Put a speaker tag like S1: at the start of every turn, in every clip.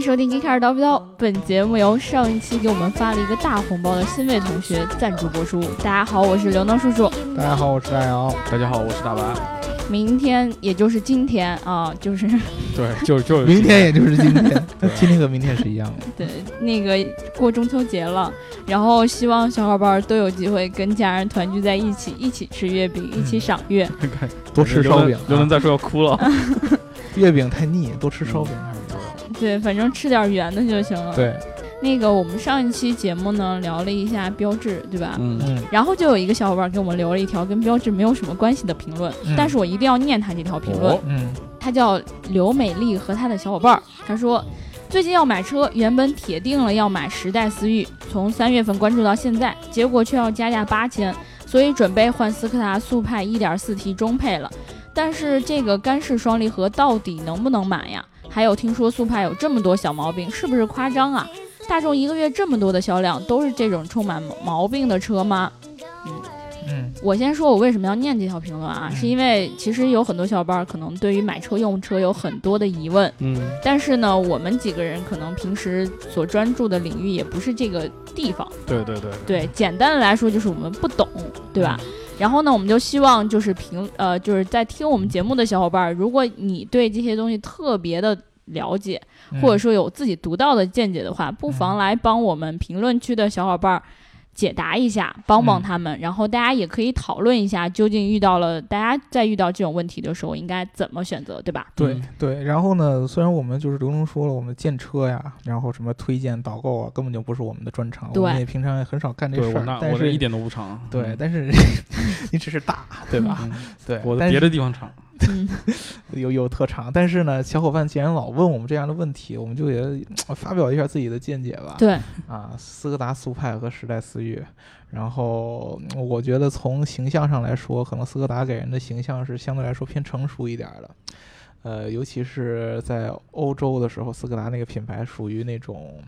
S1: 收听《一开始叨不叨》，本节目由上一期给我们发了一个大红包的新卫同学赞助播出。大家好，我是刘能叔叔。
S2: 大家好，我是大姚。
S3: 大家好，我是大白。
S1: 明天，也就是今天啊， 就是
S3: 对，就就
S2: 明天也就是今 天，今天和明天是一样的。
S1: 对那个过中秋节了，然后希望小伙伴都有机会跟家人团聚在一起，一起吃月饼，一起赏月。
S2: 多吃烧饼、啊
S3: 刘能再说要哭了。
S2: 月饼太腻，多吃烧饼啊还是比较好。
S1: 对，反正吃点圆的就行了。
S2: 嗯对，
S1: 那个我们上一期节目呢聊了一下标志，对吧？
S3: 嗯，
S2: 嗯，
S1: 然后就有一个小伙伴给我们留了一条跟标志没有什么关系的评论，
S2: 嗯
S1: 但是我一定要念他这条评论。
S3: 哦
S2: 嗯，
S1: 他叫刘美丽和她的小伙伴儿，他说最近要买车，原本铁定了要买十代思域，从三月份关注到现在，结果却要加价八千，所以准备换斯柯达速派 1.4T 中配了。但是这个干式双离合到底能不能买呀？还有听说速派有这么多小毛病，是不是夸张啊？大众一个月这么多的销量，都是这种充满毛病的车吗？
S2: 嗯，
S1: 我先说，我为什么要念这条评论啊？
S2: 嗯
S1: 是因为其实有很多小伙伴可能对于买车用车有很多的疑问，
S3: 嗯，
S1: 但是呢，我们几个人可能平时所专注的领域也不是这个地方。
S3: 对对对，
S1: 对，简单的来说就是我们不懂，对吧？然后呢，我们就希望就是评呃，就是在听我们节目的小伙伴，如果你对这些东西特别的了解，
S2: 嗯
S1: 或者说有自己独到的见解的话，不妨来帮我们评论区的小伙伴儿解答一下，帮帮他们。然后大家也可以讨论一下，究竟遇到了大家在遇到这种问题的时候应该怎么选择，对 吧？
S2: 对
S3: 嗯
S2: 对。然后呢，虽然我们就是刘能说了，我们见车呀，然后什么推荐导购啊，根本就不是我们的专长，
S1: 对
S2: 我们也平常也很少干这
S3: 对
S2: 事
S3: 我
S2: 儿
S3: 那。
S2: 但
S3: 我这
S2: 是嗯
S3: 一点都不长。
S2: 对，但是 你只是大，对吧？
S3: 嗯，
S2: 对，
S3: 我的
S2: 但是
S3: 别的地方长。
S1: 嗯，
S2: 有有特长，但是呢，小伙伴既然老问我们这样的问题，我们就也呃发表一下自己的见解吧。
S1: 对，
S2: 啊，斯柯达速派和时代思域，然后嗯我觉得从形象上来说，可能斯柯达给人的形象是相对来说偏成熟一点儿的。呃，尤其是在欧洲的时候，斯柯达那个品牌属于那种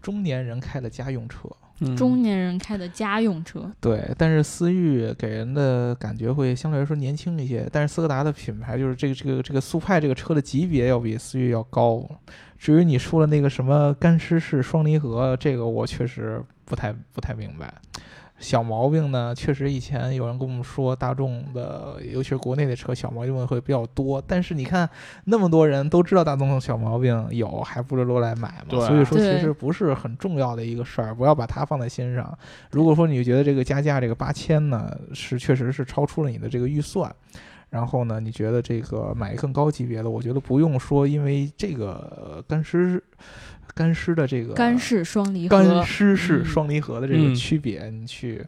S2: 中年人开的家用车，
S3: 嗯
S1: 中年人开的家用车，
S2: 对，但是思域给人的感觉会相对来说年轻一些，但是斯柯达的品牌就是这个这个这个速派这个车的级别要比思域要高。至于你说的那个什么干湿式双离合，这个我确实不太不太明白。小毛病呢，确实以前有人跟我们说，大众的，尤其是国内的车，小毛病会比较多。但是你看，那么多人都知道大众的小毛病有，还不是都来买嘛？
S3: 对啊
S2: 所以说，
S1: 对
S2: 其实不是很重要的一个事儿，不要把它放在心上。如果说你觉得这个加价这个八千呢，是确实是超出了你的这个预算，然后呢，你觉得这个买更高级别的，我觉得不用说，因为这个呃干湿干湿的这个
S1: 干式双离合，
S2: 干湿式
S1: 嗯
S2: 双离合的这个
S3: 嗯
S2: 区别，你去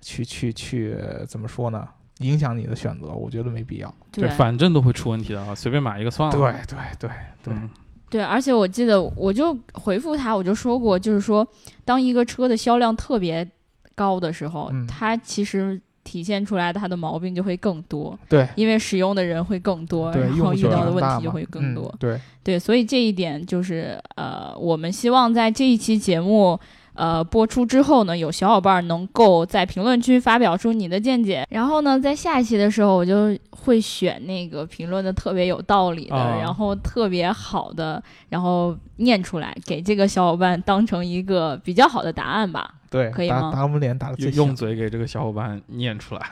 S2: 去去去呃怎么说呢？影响你的选择，我觉得没必要。
S1: 对
S3: 反正都会出问题的啊，随便买一个算了。
S2: 对对对，对
S3: 嗯
S1: 对，而且我记得我就回复他，我就说过，就是说，当一个车的销量特别高的时候，
S2: 嗯
S1: 它其实体现出来它的毛病就会更多，
S2: 对
S1: 因为使用的人会更多，
S2: 对，
S1: 然
S2: 用
S1: 后
S2: 户
S1: 遇
S2: 群
S1: 到
S2: 体
S1: 的
S2: 很
S1: 问
S2: 大
S1: 题就
S2: 嘛
S1: 会更多。
S2: 嗯、对，
S1: 对，所以这一点就是呃，我们希望在这一期节目。呃，播出之后呢，有小伙伴能够在评论区发表出你的见解，然后呢，在下一期的时候，我就会选那个评论的特别有道理的，
S3: 啊
S1: 然后特别好的，然后念出来，给这个小伙伴当成一个比较好的答案吧。
S2: 对，
S1: 可以
S2: 打
S1: 吗
S2: 打我们脸打的最
S3: 用
S2: 响
S3: 用嘴给这个小伙伴念 出来。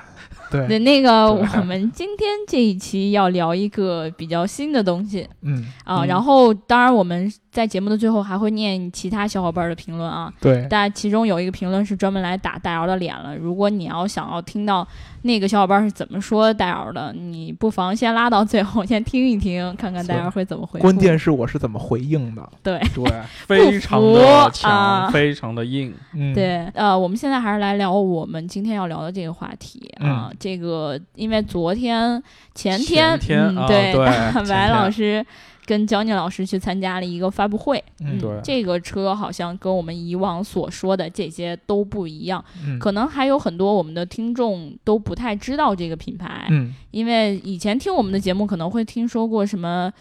S2: 对，
S1: 对，那个
S2: 对
S1: 我们今天这一期要聊一个比较新的东西，
S2: 嗯，
S1: 啊，
S3: 嗯
S1: 然后当然我们在节目的最后还会念其他小伙伴的评论啊，
S3: 嗯
S2: 对，
S1: 但其中有一个评论是专门来打大姚的脸了。如果你要想要听到那个小伙伴是怎么说大姚的，你不妨先拉到最后，先听一听，看看大姚会怎么回复。
S2: 关键是我是怎么回应的。
S1: 对
S3: 对，非常
S1: 不
S3: 的
S1: 服啊
S3: 强，非常的硬。
S2: 嗯，
S1: 对，呃，我们现在还是来聊我们今天要聊的这个话题啊。这个因为昨天前天
S3: 嗯前天
S1: 嗯，
S3: 啊
S1: 对，
S3: 对
S1: 大
S3: 前
S1: 白
S3: 天
S1: 老师跟焦念老师去参加了一个发布会。
S2: 嗯，
S3: 对
S1: 这个车好像跟我们以往所说的这些都不一样，
S2: 嗯，
S1: 可能还有很多我们的听众都不太知道这个品牌，
S2: 嗯，
S1: 因为以前听我们的节目可能会听说过什么，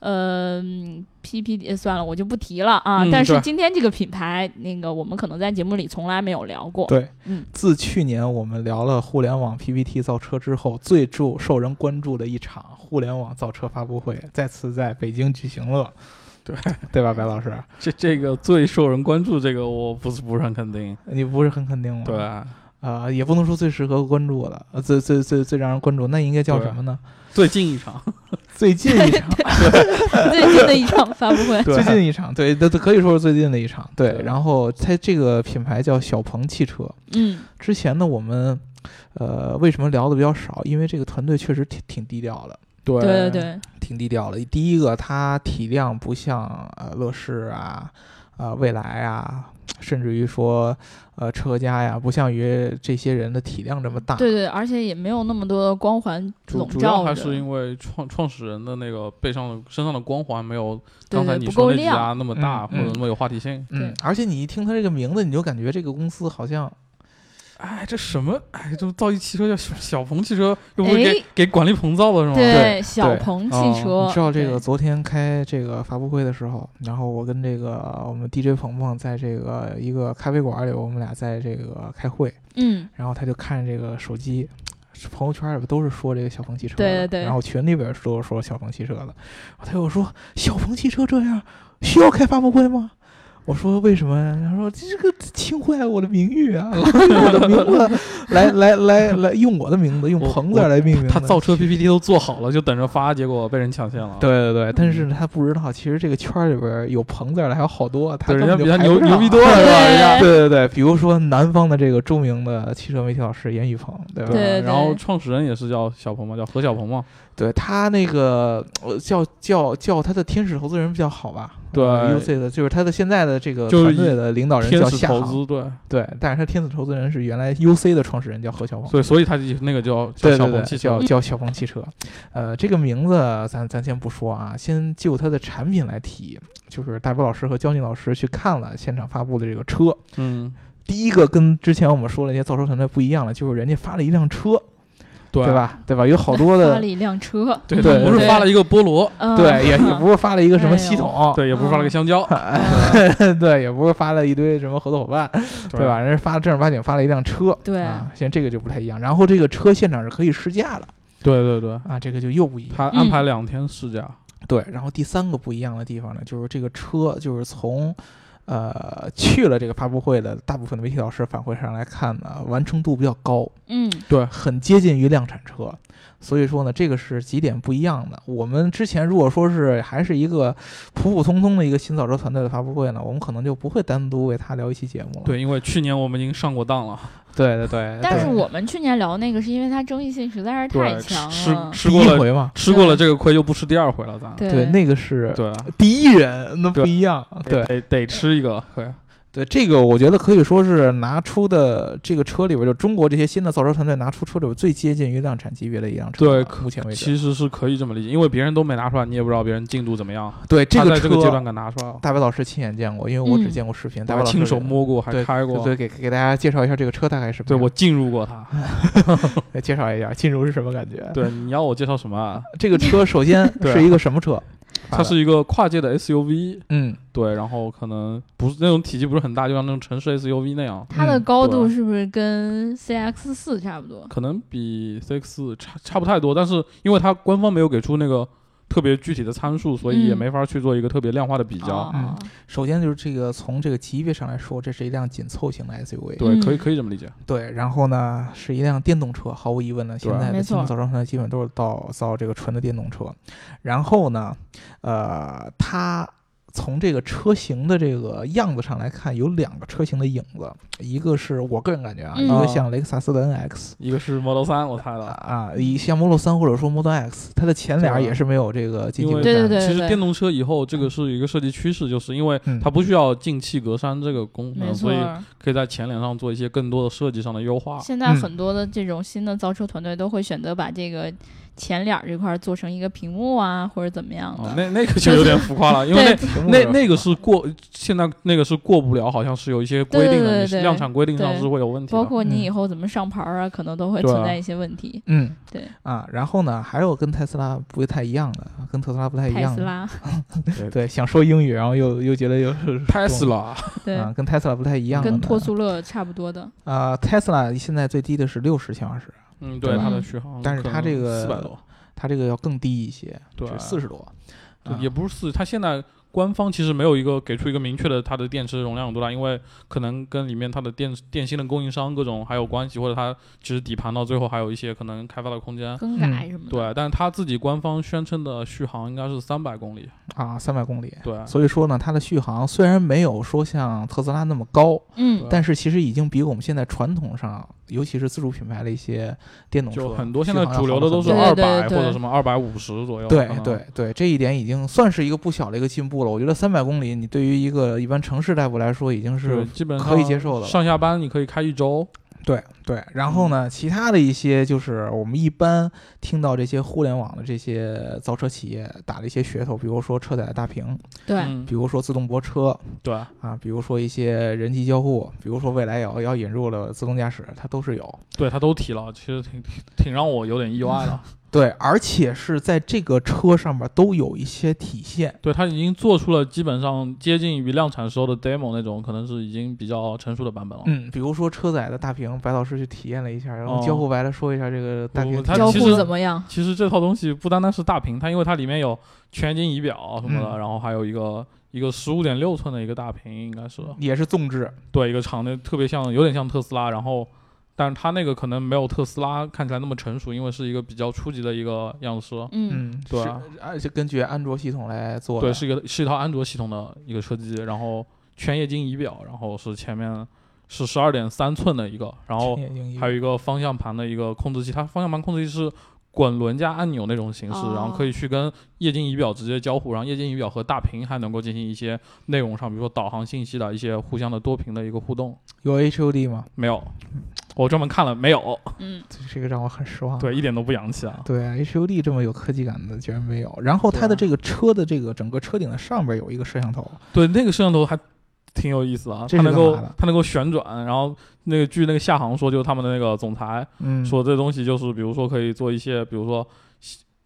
S1: 呃嗯，PPD 算了，我就不提了啊。
S3: 嗯
S1: 但是
S3: 对
S1: 今天这个品牌，那个我们可能在节目里从来没有聊过，
S2: 对，
S1: 嗯
S2: 自去年我们聊了互联网 PPT 造车之后，最受受人关注的一场互联网造车发布会，再次在北京举行了。
S3: 对
S2: 对吧，白老师？
S3: 这这个最受人关注，这个我不是不是很肯定。
S2: 你不是很肯定吗？
S3: 对，
S2: 啊、也不能说最适合关注的，呃最最最最让人关注，那应该叫
S3: 对
S2: 什么呢？
S3: 最近一场，
S2: 最近一场，
S1: 最近的一场发布 会，
S2: 最近一场，对，都都可以说是最近的一场。对，
S3: 对
S2: 然后它这个品牌叫小鹏汽车。
S1: 嗯
S2: 之前呢，我们呃为什么聊的比较少？因为这个团队确实挺挺低调的。对啊
S1: 对对对，
S2: 挺低调的。第一个，它体量不像呃乐视啊、呃蔚来啊，甚至于说呃车家呀，不像于这些人的体量这么大。
S1: 对对，而且也没有那么多光环
S3: 主
S1: 笼
S3: 主要
S1: 罩
S3: 还
S1: 着，
S3: 是因为创创始人的那个背上的身上的光环没有
S1: 对
S3: 刚才
S1: 对
S3: 你
S1: 不
S3: 说
S1: 够
S3: 那几
S1: 亮，
S3: 家那么大
S2: 嗯
S3: 或者那么有话题性。
S2: 嗯
S1: 对，
S2: 而且你一听它这个名字，你就感觉这个公司好像
S3: 哎，这什么？哎，这不造一汽车叫小小鹏汽车，又不是
S1: 哎
S3: 给给管理鹏造的是吗？
S2: 对
S1: 小
S2: 对
S1: 鹏
S3: 哦
S1: 汽车，
S2: 你知道这
S1: 对
S2: 个，昨天开这个发布会的时候，然后我跟这个我们 DJ 鹏鹏在这个一个咖啡馆里，我们俩在这个开会，
S1: 嗯，
S2: 然后他就看这个手机，朋友圈里边都是说这个小鹏汽车的，
S1: 对对对
S2: 然后群里边都是说小鹏汽车的，他又说小鹏汽车这样需要开发布会吗？我说为什么呀？他说这个侵坏我的名 誉啊，老用我的名字来来来来用我的名字，用
S3: 我
S2: 鹏字来命名的。
S3: 他造车 PPT 都做好了，就等着发，结果被人抢先了。
S2: 对对对，但
S3: 嗯
S2: 是他不知道，其实这个圈儿里边儿有鹏字儿的还有好多，他
S3: 对，
S2: 根
S3: 人
S2: 本
S3: 家
S2: 就
S3: 比他
S2: 排
S3: 牛
S2: 不上
S3: 牛逼多了，是吧？
S1: 对
S3: 人家
S2: 对对对，比如说南方的这个著名的汽车媒体老师严宇鹏，对吧？
S1: 对对
S3: 然后创始人也是叫小鹏嘛，叫何小鹏嘛。
S2: 对他那个呃叫叫叫他的天使投资人比较好吧？
S3: 对
S2: ，UC 的就是他的现在的这个
S3: 就是
S2: 团队的领导人
S3: 天
S2: 叫
S3: 使
S2: 夏
S3: 投
S2: 航，
S3: 资对，
S2: 对，但是他天使投资人是原来 UC 的创始人叫何小鹏。
S3: 所以所以他就那个叫叫
S2: 对
S3: 小
S2: 对
S3: 鹏
S2: 对，
S3: 汽车
S2: 叫。叫小鹏汽车，呃，这个名字咱咱先不说啊，先就它的产品来提，就是大波老师和焦宁老师去看了现场发布的这个车，
S3: 嗯，
S2: 第一个跟之前我们说的那些造车团队不一样了，就是人家发了一辆车，
S3: 对
S2: 对？吧？对吧？有好多
S1: 发
S2: 的
S1: 了，一辆车，
S3: 对，
S2: 对
S3: 他不是
S1: 对
S3: 发了一个菠萝，
S1: 嗯
S2: 对，也也不是发了一个什么系
S1: 哎
S2: 统，
S3: 对，也不是发了个香蕉，
S1: 嗯
S2: 对，也不是发了一堆什么合作伙伴，对
S3: 对
S2: 吧？？人家发正儿八经发了一辆车，
S1: 对
S2: 啊，现在这个就不太一样。然后这个车现场是可以试驾的
S3: 对对对，
S2: 啊，这个就又不一样。
S3: 他
S1: 嗯
S3: 安排两天试驾，
S2: 对，然后第三个不一样的地方呢，就是这个车就是从。呃，去了这个发布会的大部分的媒体老师反馈上来看呢，完成度比较高，
S1: 嗯，
S2: 很接近于量产车，所以说呢，这个是几点不一样的。我们之前如果说是还是一个普普通通的一个新造车团队的发布会呢，我们可能就不会单独为他聊一期节目了。
S3: 对，因为去年我们已经上过当了，
S2: 对对对，
S1: 但是
S2: 对
S1: 我们去年聊那个是因为它争议性实在是太
S3: 对，
S1: 强
S3: 吃
S1: 了，
S3: 吃吃
S2: 第
S3: 过
S2: 一
S3: 了
S2: 回嘛，
S3: 吃过了这个亏，就不吃第二回了，咱
S1: 对
S2: 对，那个是
S3: 对啊
S2: 第一人，那不一样。对
S3: 得得吃一个，对
S2: 对，这个我觉得可以说是拿出的这个车里边，就中国这些新的造车团队拿出车里边最接近于量产级别的一辆车
S3: 对
S2: 了，目前为止。
S3: 其实是可以这么理解，因为别人都没拿出来，你也不知道别人进度怎么样，
S2: 对这
S3: 他
S2: 个
S3: 在
S2: 车
S3: 这，个阶段敢拿出来了，
S2: 大白老师亲眼见过，因为我只
S1: 嗯
S2: 见过视频，大白
S3: 我
S2: 老师
S3: 亲手摸过，还
S2: 对
S3: 开过，
S2: 对，给给大家介绍一下这个车大概是什么
S3: 对
S2: 样。
S3: 我进入过它。
S2: 来介绍一下进入是什么感觉？，
S3: 对，你要我介绍什么 啊？
S2: 这个车首先
S3: 对啊
S2: 是一个什么车？啊
S3: 它是一个跨界的 SUV，
S2: 嗯，
S3: 对，然后可能不是那种体积不是很大，就像那种城市 SUV 那样，
S1: 它的
S2: 嗯
S1: 高度
S3: 对
S1: 是不是跟 CX 四差不多？
S3: 可能比 CX 差差不太多，但是因为它官方没有给出那个特别具体的参数，所以也
S1: 嗯
S3: 没法去做一个特别量化的比较。嗯
S1: 哦
S2: 首先就是这个从这个级别上来说，这是一辆紧凑型的 SUV。
S3: 对，可以
S1: 嗯
S3: 可以这么理解。
S2: 对，然后呢是一辆电动车，毫无疑问呢，现
S3: 对
S2: 在
S1: 没
S2: 的新
S1: 错
S2: 造车呢基本都是造造这个纯的电动车。然后呢，呃，它。从这个车型的这个样子上来看，有两个车型的影子，一个是我个人感觉啊，
S1: 嗯
S2: 一个像雷克萨斯的 NX，
S3: 一个是 Model 三，我猜的。
S2: 啊，以像 Model 3或者说 Model X，它的前
S3: 哦对
S2: 脸
S3: 啊
S2: 也是没有这个进气
S3: 因
S2: 格
S3: 为
S2: 栅
S1: 对对对
S3: 其实电动车以后这个是一个设计趋势，就是因为
S2: 嗯
S3: 它不需要进气格栅这个功
S1: 没
S3: 能，
S1: 错
S3: 所
S1: 儿。
S3: 以啊可以在前脸上做一些更多的设计上的优化。
S1: 现在
S2: 嗯
S1: 很多的这种新的造车团队都会选择把这个前脸儿这块儿做成一个屏幕啊，或者怎么样的。
S3: 哦，那那个就有点浮夸 了，因为
S1: 对嗯
S3: 那
S2: 屏幕
S3: 那
S2: 是吧
S3: 那个是过，现在那个是过不了，好像是有一些规定
S1: 对对
S3: 的，
S1: 对对
S3: 你量产规定上
S1: 对
S3: 是会有问题的。
S1: 包括你
S2: 嗯
S1: 以后怎么上牌儿啊，可能都会
S3: 对啊
S1: 存在一些问题。
S2: 嗯
S1: 对
S2: 啊，然后呢，还有跟特斯拉不太一样的，跟特斯拉不太一
S1: 特
S2: 样
S1: 斯
S2: 的，
S1: 拉，
S2: 对，想说英语，然后又又觉得又是
S3: 拍死了，
S1: 对，
S2: 啊，跟 Tesla 不太一样的呢，
S1: 跟托苏勒差不多的。
S2: 啊，Tesla 现在最低的是六十千瓦时，
S3: 嗯，
S2: 对
S3: 对
S1: 吧
S3: 它的续航，
S2: 但是它这个
S3: 四百多，
S2: 它这个要更低一些，
S3: 对
S2: 四十多，
S3: 对
S2: 啊
S3: 也不是四，它现在官方其实没有一个给出一个明确的它的电池容量有多大，因为可能跟里面它的电电芯的供应商各种还有关系，或者它其实底盘到最后还有一些可能开发的
S2: 嗯
S3: 空间。
S1: 更改什么的。
S3: 对，但是它自己官方宣称的续航应该是三百公里。
S2: 啊，三百公里。
S3: 对，
S2: 所以说呢，它的续航虽然没有说像特斯拉那么高，
S1: 嗯，
S2: 但是其实已经比我们现在传统上，尤其是自主品牌的一些电动车，
S3: 就很多现在主流的都是
S2: 续航要好
S3: 二
S1: 对对
S3: 百或嗯
S1: 对
S3: 者什么二百五十左右。
S2: 很
S3: 可
S2: 多
S3: 能
S2: 对对对，这一点已经算是一个不小的一个进步了。我觉得三百公里，你对于一个一般城市代步来说，已经
S3: 对
S2: 是
S3: 基本
S2: 可以接受的了
S3: 上下班你可以开一周，
S2: 对对。然后
S3: 嗯
S2: 呢，其他的一些就是我们一般听到这些互联网的这些造车企业打的一些噱头，比如说车载大屏，
S1: 对，
S3: 嗯
S2: 比如说自动泊车，
S3: 对，
S2: 啊，比如说一些人机交互，比如说未来也要要引入了自动驾驶，它都是有。
S3: 对他都提了，其实挺挺挺让我有点意外的。
S2: 对，而且是在这个车上面都有一些体现。
S3: 对他已经做出了基本上接近于量产时候的 demo 那种，可能是已经比较成熟的版本了。
S2: 嗯，比如说车载的大屏，白老师去体验了一下，然后
S3: 哦
S2: 交互白来说一下这个大
S3: 我
S2: 屏。
S3: 他
S1: 交
S3: 其
S1: 互
S3: 实
S1: 怎么样？
S3: 其实这套东西不单单是大屏，它因为它里面有全景仪表什么的，
S2: 嗯
S3: 然后还有一个一个十五点六寸的一个大屏，应该是
S2: 也是纵置，
S3: 对一个长的，特别像有点像特斯拉，然后。但是它那个可能没有特斯拉看起来那么成熟，因为是一个比较初级的一个样式。
S1: 嗯，
S2: 嗯，
S3: 对啊
S2: 是，而且根据安卓系统来做的，
S3: 对，是一个是一套安卓系统的一个车机，然后全液晶仪表，然后是前面是十二点三寸的一个，然后
S2: 亲眼经营
S3: 还有一个方向盘的一个控制器，它方向盘控制器是滚轮加按钮那种形式，
S1: 哦
S3: 然后可以去跟液晶仪表直接交互，然后液晶仪表和大屏还能够进行一些内容上，比如说导航信息的一些互相的多屏的一个互动。
S2: 有 HUD 吗？
S3: 没有，
S2: 嗯
S3: 我专门看了没有，
S2: 啊
S1: 嗯，
S2: 这这个让我很失望。
S3: 对，一点都不洋气啊。
S2: 对，HUD 这么有科技感的居然没有。然后它的
S3: 对啊
S2: 这个车的这个整个车顶的上边有一个摄像头，
S3: 对，那个摄像头还挺有意思的啊，
S2: 这
S3: 它
S2: 是
S3: 能
S2: 干
S3: 够
S2: 嘛的
S3: 它能够旋转，然后那个据那个夏航说，就是他们的那个总裁
S2: 嗯，
S3: 说，这东西就是比如说可以做一些，比如说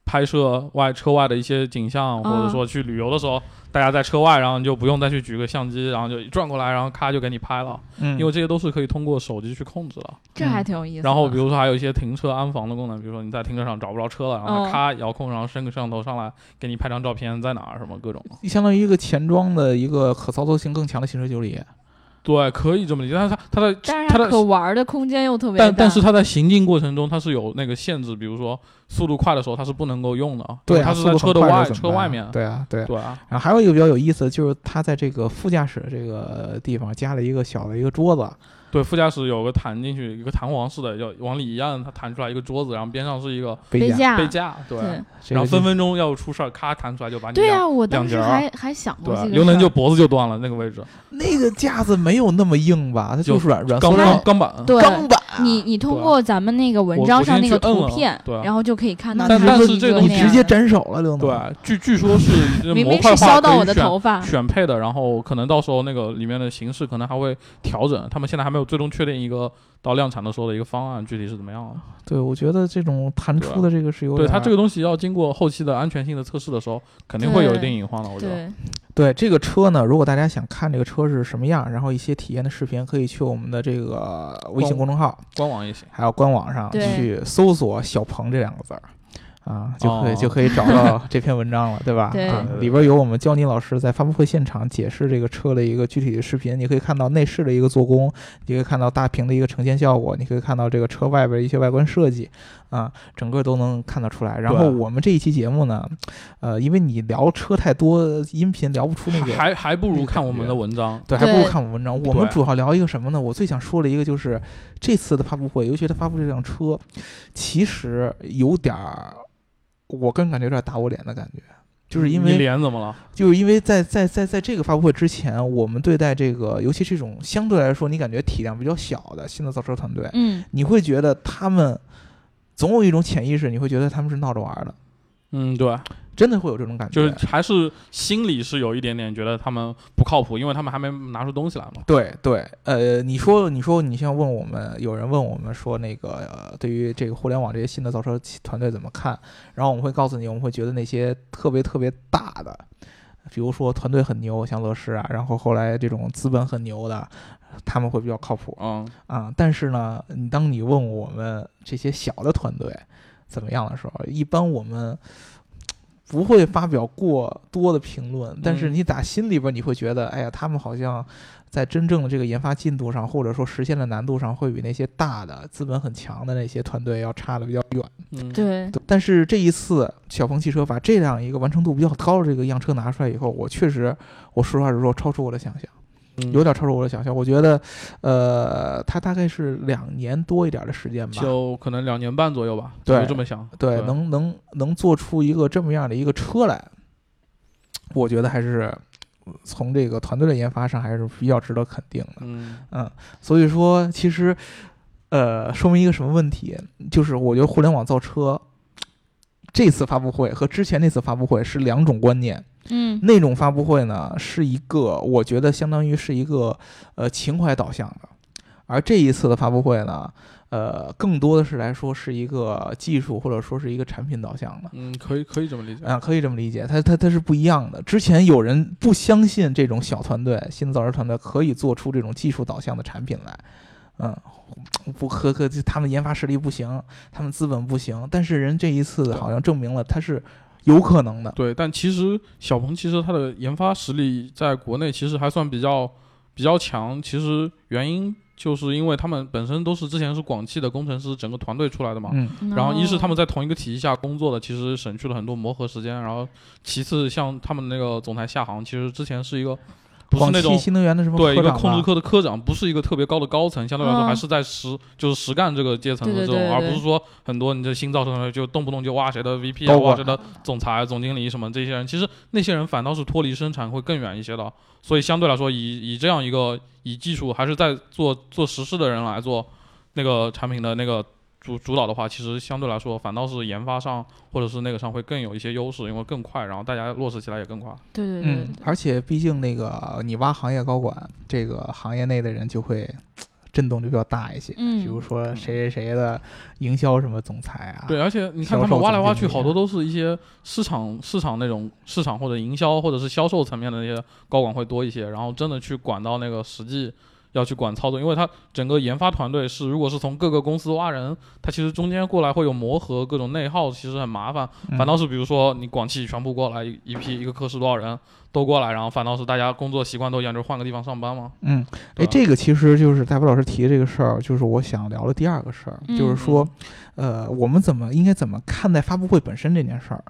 S3: 拍摄外车外的一些景象，或
S2: 嗯
S3: 者说去旅游的时候，大家在车外，然后你就不用再去举个相机，然后就一转过来，然后咔就给你拍了，
S2: 嗯，
S3: 因为这些都是可以通过手机去控制的。
S1: 这还挺有意思的。
S3: 然后比如说还有一些停车安防的功能，比如说你在停车场找不着车了，然后
S1: 哦
S2: 嗯
S3: 它咔遥控，然后伸个摄像头上来给你拍张照片，在哪儿什么各种。
S2: 相当于一个前装的一个可操作性更强的行车九里。
S3: 对，可以这么理解，但是它它的
S1: 但是
S3: 它
S1: 它
S3: 的
S1: 可玩的空间又特别大，
S3: 但但是它在行进过程中，它是有那个限制，比如说速度快的时候它是不能够用的，
S2: 对
S3: 因为
S2: 啊，
S3: 它是在
S2: 速度
S3: 车
S2: 很
S3: 的
S2: 快
S3: 外
S2: 怎么
S3: 车
S2: 办
S3: 外
S2: 啊
S3: 面，
S2: 对啊，对啊。
S3: 对啊，
S2: 然后还有一个比较有意思的就是，它在这个副驾驶这个地方加了一个小的一个桌子，
S3: 对，副驾驶有个弹进去，一个弹簧式的，要往里一按，它弹出来一个桌子，然后边上是一个
S1: 杯
S2: 架，
S1: 架
S3: 杯，架，对，
S1: 对
S2: 这
S3: 然后
S2: 个
S3: 分分钟要出事儿，咔弹出来就把你
S1: 对
S3: 两
S1: 啊，我当时
S3: 两截儿
S1: 还还想
S2: 啊
S1: 过这
S3: 对，啊
S1: 个
S3: 刘能
S1: 事儿
S3: 就脖子就断了那个位置，
S2: 那个架子没有那么硬吧，它就是软软
S3: 钢
S2: 塑
S3: 钢
S2: 料
S3: 钢板，
S1: 对
S2: 钢板，
S1: 你你通过咱们那个文
S3: 啊我
S1: 章
S3: 我
S1: 上
S3: 先
S1: 那
S3: 去
S1: 个
S3: 摁
S1: 图
S3: 了
S1: 片，
S3: 对啊
S1: 然后就可以看到
S2: 那
S1: 它
S2: 但
S3: 是
S1: 一
S3: 这
S1: 个
S2: 你
S1: 那
S2: 直
S1: 样
S2: 接
S1: 的
S2: 斩首了，刘能。
S3: 啊对，啊据据说是
S1: 明
S3: 模
S1: 明
S3: 块
S1: 是
S3: 化
S1: 削
S3: 可
S1: 到
S3: 以
S1: 我的
S3: 选
S1: 头发，
S3: 选配的，然后可能到时候那个里面的形式可能还会调整，他们现在还没有最终确定一个到量产的时候的一个方案，具体是怎么样的。
S2: 对，我觉得这种弹
S3: 对啊
S2: 出的这个是有
S3: 对
S2: 点儿
S3: 它这个东西要经过后期的安全性的测试的时候，肯定会有一定隐患的，我觉得。
S1: 对，
S2: 对这个车呢，如果大家想看这个车是什么样，然后一些体验的视频，可以去我们的这个微信公
S3: 官
S2: 众号
S3: 官网也行，
S2: 还有官网上
S1: 对
S2: 去搜索“小鹏”这两个字儿。啊，就可以、
S3: 哦
S2: 就可以找到这篇文章了，对吧？
S1: 对
S2: 啊
S3: 对对，对
S2: 里边有我们焦妮老师在发布会现场解释这个车的一个具体的视频，你可以看到内饰的一个做工，你可以看到大屏的一个呈现效果，你可以看到这个车外边一些外观设计，啊，整个都能看得出来。然后
S3: 对啊
S2: 我们这一期节目呢，呃，因为你聊车太多，音频聊不出那个
S3: 还还不如看我们的文章。
S2: 对，还不如
S1: 对
S2: 看我文章。
S3: 对
S2: 我们主要聊一个什么呢？我最想说的一个就是这次的发布会，尤其是它发布这辆车，其实有点儿，我个人感觉有点打我脸的感觉，就是因
S3: 你
S2: 为
S3: 脸怎么了？
S2: 就是因为在在在在这个发布会之前，我们对待这个，尤其这种相对来说你感觉体量比较小的新的造车团队，
S1: 嗯，
S2: 你会觉得他们总有一种潜意识，你会觉得他们是闹着玩儿的，
S3: 嗯，对，
S2: 真的会有这种感觉，
S3: 就是还是心里是有一点点觉得他们不靠谱，因为他们还没拿出东西来嘛。
S2: 对对，呃，你说你说你像问我们，有人问我们说那个、呃对于这个互联网这些新的造车企团队怎么看，然后我们会告诉你，我们会觉得那些特别特别大的，比如说团队很牛，像乐视啊，然后后来这种资本很牛的，他们会比较靠谱
S3: 嗯，
S2: 啊。但是呢，你当你问我们这些小的团队怎么样的时候，一般我们不会发表过多的评论，但是你打心里边你会觉得，哎呀，他们好像在真正的这个研发进度上，或者说实现的难度上，会比那些大的资本很强的那些团队要差的比较远。
S3: 嗯，
S1: 对，
S2: 对但是这一次小鹏汽车把这样一个完成度比较高的这个样车拿出来以后，我确实，我实话实说，超出我的想象。
S3: 嗯
S2: 有点超出我的想象。我觉得，呃，它大概是两年多一点的时间吧。
S3: 就可能两年半左右吧，
S2: 对
S3: 就这么想，
S2: 对，能能能做出一个这么样的一个车来，我觉得还是呃从这个团队的研发上还是比较值得肯定的。
S3: 嗯
S2: 所以说，其实，呃，说明一个什么问题？就是我觉得互联网造车。这次发布会和之前那次发布会是两种观念。
S1: 嗯
S2: 那种发布会呢，是一个我觉得相当于是一个呃情怀导向的，而这一次的发布会呢，呃，更多的是来说是一个技术或者说是一个产品导向的。
S3: 嗯，可以可以这么理解，
S2: 啊，可以这么理解，它它它是不一样的。之前有人不相信这种小团队、新的造车团队可以做出这种技术导向的产品来，嗯，不可可，他们研发实力不行，他们资本不行，但是人这一次好像证明了它是有可能的。
S3: 对，但其实小鹏其实它的研发实力在国内其实还算比较比较强。其实原因就是因为他们本身都是之前是广汽的工程师整个团队出来的嘛。
S2: 嗯，
S3: 然后，一是
S1: 哦
S3: 他们在同一个体系下工作的，其实省去了很多磨合时间。然后，其次像他们那个总裁夏航，其实之前是一个不是
S2: 广
S3: 那
S2: 汽
S3: 种
S2: 新能源的什么
S3: 对一
S2: 科
S3: 个
S2: 长
S3: 控
S2: 吧
S3: 制科的科长，不是一个特别高的高层，相对来说
S1: 嗯
S3: 还是在实就是实干这个阶层的
S1: 对
S3: 这
S1: 对
S3: 种，
S1: 对对
S3: 而
S1: 对
S3: 不是说很多你这新造成的就动不动就挖谁的 VP 啊，
S2: 高管
S3: 挖谁的总裁、总经理什么这些人，其实那些人反倒是脱离生产会更远一些的，所以相对来说以以这样一个以技术还是在做做实事的人来做那个产品的那个。主主导的话，其实相对来说，反倒是研发上或者是那个上会更有一些优势，因为更快，然后大家落实起来也更快。
S1: 对对对
S2: 嗯，而且毕竟那个你挖行业高管，这个行业内的人就会震动就比较大一些。
S1: 嗯
S2: 比如说谁谁谁的营销什么总裁啊，
S3: 对，而且你看
S2: 销
S3: 他
S2: 售
S3: 们挖来
S2: 总
S3: 挖
S2: 经
S3: 去，
S2: 理
S3: 好
S2: 啊
S3: 多都是一些市场市场那种市场或者营销或者是销售层面的那些高管会多一些，然后真的去管到那个实际要去管操作，因为他整个研发团队是如果是从各个公司挖人，他其实中间过来会有磨合，各种内耗，其实很麻烦。
S2: 嗯，
S3: 反倒是比如说你广汽全部过来一一批一个科室多少人都过来，然后反倒是大家工作习惯都一样，就是换个地方上班嘛。
S2: 嗯，
S3: 对
S2: 哎，
S3: 吧
S2: 这个其实就是大波老师提的这个事儿，就是我想聊的第二个事儿，
S1: 嗯
S2: 就是说，呃，我们怎么应该怎么看待发布会本身这件事儿？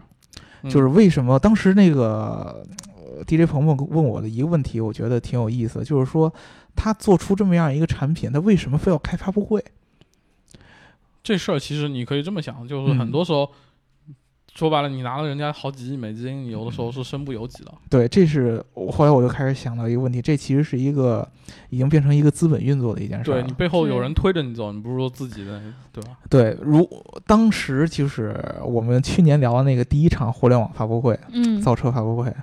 S3: 嗯
S2: 就是为什么当时那个呃 DJ 鹏鹏问我的一个问题，我觉得挺有意思，就是说他做出这么样一个产品，他为什么非要开发布会？
S3: 这事儿其实你可以这么想，就是
S2: 嗯
S3: 很多时候。说白了，你拿了人家好几亿美金，你有的时候是身不由己的。
S2: 对，这是我后来我就开始想到一个问题，这其实是一个已经变成一个资本运作的一件事儿
S3: 对
S2: 了。
S3: 你背后有
S1: 是
S3: 人推着你走，你不是说自己的，对吧？
S2: 对，如当时就是我们去年聊的那个第一场互联网发布会，
S1: 嗯，
S2: 造车发布会，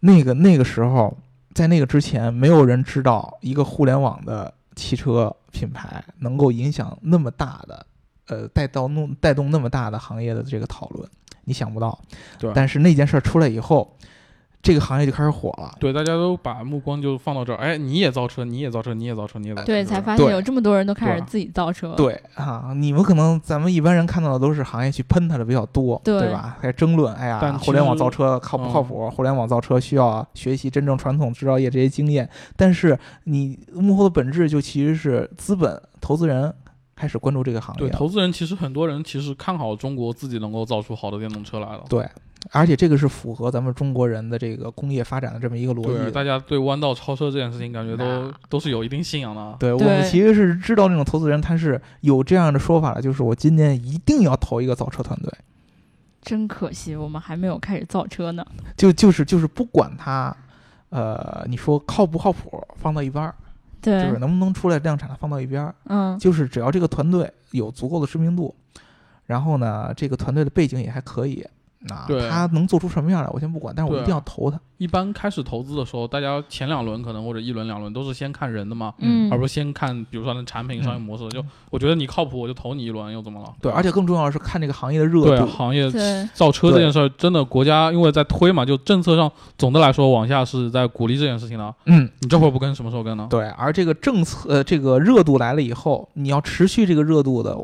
S2: 那个那个时候，在那个之前，没有人知道一个互联网的汽车品牌能够影响那么大的，呃，带到弄带动那么大的行业的这个讨论，你想不到。
S3: 对
S2: 但是那件事儿出来以后，这个行业就开始火了。
S3: 对，大家都把目光就放到这儿，哎，你也造车，你也造车，你也造车，你也造车，
S1: 对，
S3: 是吧
S1: 才发现
S2: 对
S1: 有这么多人都开
S3: 对
S1: 始
S3: 啊
S1: 自己造车，
S2: 对啊，你们可能咱们一般人看到的都是行业去喷它的比较多，对
S1: 对
S2: 吧？还争论，哎
S3: 但
S2: 呀，
S3: 其
S2: 互联网
S3: 实嗯
S2: 造车靠不靠谱？互联网造车需要学习真正传统制造业这些经验，但是你幕后的本质就其实是资本投资人开始关注这个行业
S3: 对，
S2: 了，
S3: 投资人其实很多人其实看好中国自己能够造出好的电动车来了。
S2: 对而且这个是符合咱们中国人的这个工业发展的这么一个逻
S3: 对，
S2: 辑的。
S3: 大家对弯道超车这件事情感觉都
S2: 那
S3: 都是有一定信仰的。啊
S2: 对我们
S1: 对
S2: 其实是知道那种投资人他是有这样的说法的，就是我今年一定要投一个造车团队。
S1: 真可惜，我们还没有开始造车呢。
S2: 就就是就是不管它，呃，你说靠不靠谱放到一边儿，就
S1: 对
S2: 是，能不能出来量产放到一边儿，
S1: 嗯，
S2: 就是只要这个团队有足够的知名度，然后呢，这个团队的背景也还可以，那
S3: 对
S2: 他能做出什么样来我先不管，但是我一
S3: 对
S2: 定要投他。
S3: 一般开始投资的时候，大家前两轮可能或者一轮两轮都是先看人的嘛，
S1: 嗯
S3: 而不是先看比如说那产品商业模式。就我觉得你靠谱，我就投你一轮，又怎么了？
S2: 对，而且更重要的是看这个行业的热
S3: 对啊
S2: 度。
S3: 行业
S1: 对
S3: 造车这件事儿，真的国家因为在推嘛，就政策上总的来说往下是在鼓励这件事情的。
S2: 嗯，
S3: 你这会儿不跟，什么时候跟呢？
S2: 对，而这个政策，呃，这个热度来了以后，你要持续这个热度的，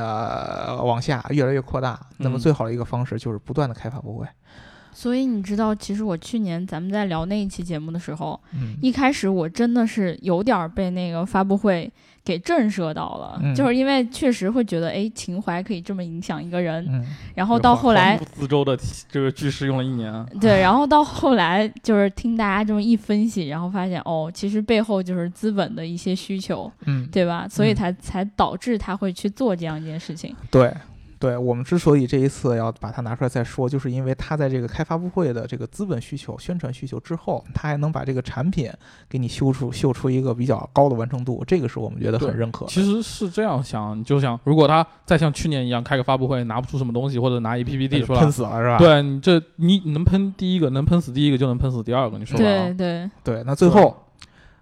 S2: 呃，往下越来越扩大，那么
S3: 嗯
S2: 最好的一个方式就是不断的开发布会，
S1: 所以你知道，其实我去年咱们在聊那一期节目的时候，
S2: 嗯，
S1: 一开始我真的是有点儿被那个发布会给震慑到了，
S2: 嗯
S1: 就是因为确实会觉得，哎，情怀可以这么影响一个人。
S2: 嗯
S1: 然后到后来
S3: 环，顾四周的这个句式用了一年，
S1: 对，然后到后来就是听大家这么一分析，然后发现哦，其实背后就是资本的一些需求，
S2: 嗯，
S1: 对吧？所以
S2: 嗯
S1: 才、才导致他会去做这样一件事情。
S2: 对。对我们之所以这一次要把它拿出来再说，就是因为它在这个开发布会的这个资本需求、宣传需求之后，它还能把这个产品给你修出秀出一个比较高的完成度，这个是我们觉得很
S3: 对
S2: 认可的。
S3: 其实是这样想，你就想，如果他再像去年一样开个发布会，拿不出什么东西，或者拿一 PPT 出来
S2: 喷，死了是吧？
S3: 对你这你能喷第一个，能喷死第一个，就能喷死第二个，你说吧
S1: 对
S3: 啊。
S1: 对，
S2: 对，那最
S3: 对
S2: 后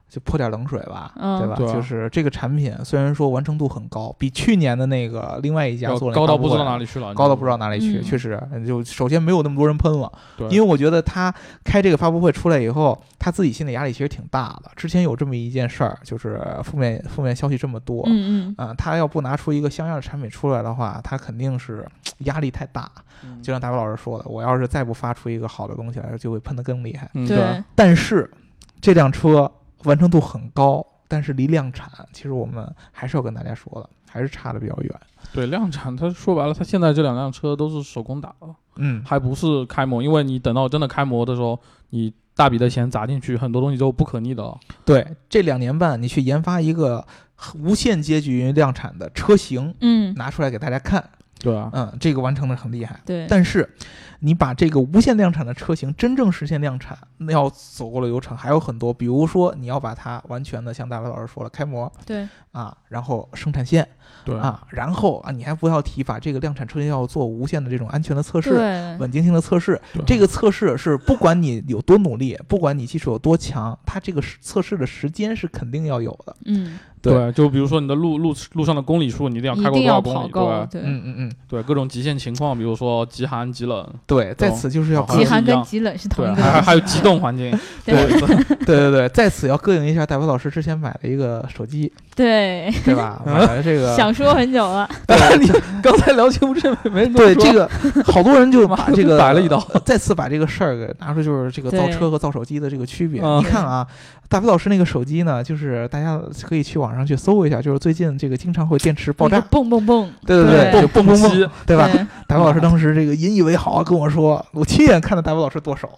S2: 就泼点冷水吧，
S1: 嗯
S2: 对吧？
S3: 对啊
S2: 就是这个产品虽然说完成度很高，比去年的那个另外一家
S3: 要
S2: 做的
S3: 高到
S2: 发布
S3: 不知道
S2: 会
S3: 哪里去了，
S2: 高到不知道哪里去，
S1: 嗯
S2: 确实，就首先没有那么多人喷了，
S3: 对
S2: 因为我觉得他开这个发布会出来以后，他自己心理压力其实挺大的。之前有这么一件事儿，就是负面负面消息这么多，
S1: 嗯嗯，
S2: 啊、他要不拿出一个像样的产品出来的话，他肯定是压力太大。
S3: 嗯
S2: 就像大伟老师说的，我要是再不发出一个好的东西来，就会喷得更厉害。
S3: 嗯
S1: 对，
S3: 对，
S2: 但是这辆车完成度很高，但是离量产，其实我们还是要跟大家说的，还是差的比较远。
S3: 对量产，它说白了，它现在这两辆车都是手工打的，
S2: 嗯，
S3: 还不是开模，因为你等到真的开模的时候，你大笔的钱砸进去，很多东西都不可逆的了。
S2: 对，这两年半你去研发一个无限接近于量产的车型，
S1: 嗯
S2: 拿出来给大家看，
S3: 对啊，
S2: 嗯，这个完成的很厉害。
S1: 对，
S2: 但是，你把这个无限量产的车型真正实现量产，那要走过的流程还有很多，比如说你要把它完全的，像大伟老师说了，开模
S1: 对
S2: 啊，然后生产线
S3: 对，
S2: 啊，然后啊，你还不要提把这个量产车型要做无限的这种安全的测试、
S1: 对，
S2: 稳定性的测试，
S3: 对
S2: 这个测试是不管你有多努力，不管你技术有多强，它这个时测试的时间是肯定要有的。
S1: 嗯，
S2: 对
S3: 对，就比如说你的路路路上的公里数，你一定要
S1: 一
S3: 开过
S1: 定
S3: 多
S1: 要
S3: 少公
S1: 跑
S3: 里，
S1: 够，对，
S3: 对
S2: 嗯嗯嗯，
S3: 对，各种极限情况，比如说极寒、极冷，
S2: 对，在此就是要
S3: 懂
S2: 膈
S1: 极
S2: 应
S1: 寒
S3: 一样
S1: 跟极冷是同
S3: 对，
S2: 啊
S1: 一
S3: 还还
S1: 个，
S3: 还有激动环境，
S1: 对
S3: 对，
S2: 对对对，在此要膈应一下戴维老师之前买的一个手机，
S1: 对，
S2: 对啊吧？买了这个，
S1: 想说很久了，
S3: 你刚才聊节目这没没
S2: 对
S3: 说
S2: 这个好多人就
S3: 妈
S2: 把这个
S3: 摆了一刀，
S2: 再次把这个事儿给拿出，就是这个造
S1: 对
S2: 车和造手机的这个区别。
S3: 嗯
S2: 你看啊，戴维老师那个手机呢，就是大家可以去网上去搜一下，就是最近这个经常会电池爆
S1: 那
S2: 炸
S1: 个，蹦蹦蹦，
S2: 对对
S1: 嗯对
S2: 就蹦蹦
S3: 蹦
S2: 蹦
S3: 极，
S2: 对吧？
S1: 对
S2: 大伟老师当时这个引以为豪，跟我说，我亲眼看到大伟老师剁手，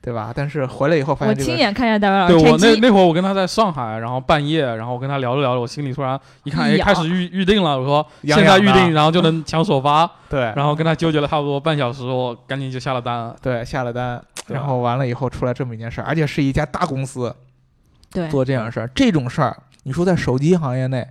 S2: 对吧？但是回来以后发
S1: 我
S2: 现这
S1: 亲
S2: 个，
S1: 眼看见大白老
S3: 对
S1: 师
S3: 我
S1: 拆
S3: 那
S1: 机，
S3: 那会儿我跟他在上海，然后半夜，然后我跟他聊着聊着，我心里突然一看，哎，
S1: 一痒
S3: 开始预预定了，我说
S2: 痒
S3: 现在
S2: 痒
S3: 预
S2: 的
S3: 定，然后就 能抢首发，
S2: 对
S3: 然后跟他纠结了差不多半小时，我赶紧就下了单。
S2: 对，下了单，
S3: 对
S2: 然后完了以后出来这么一件事儿，而且是一家大公司
S1: 对，
S2: 做这样的事儿，这种事儿，你说在手机行业内，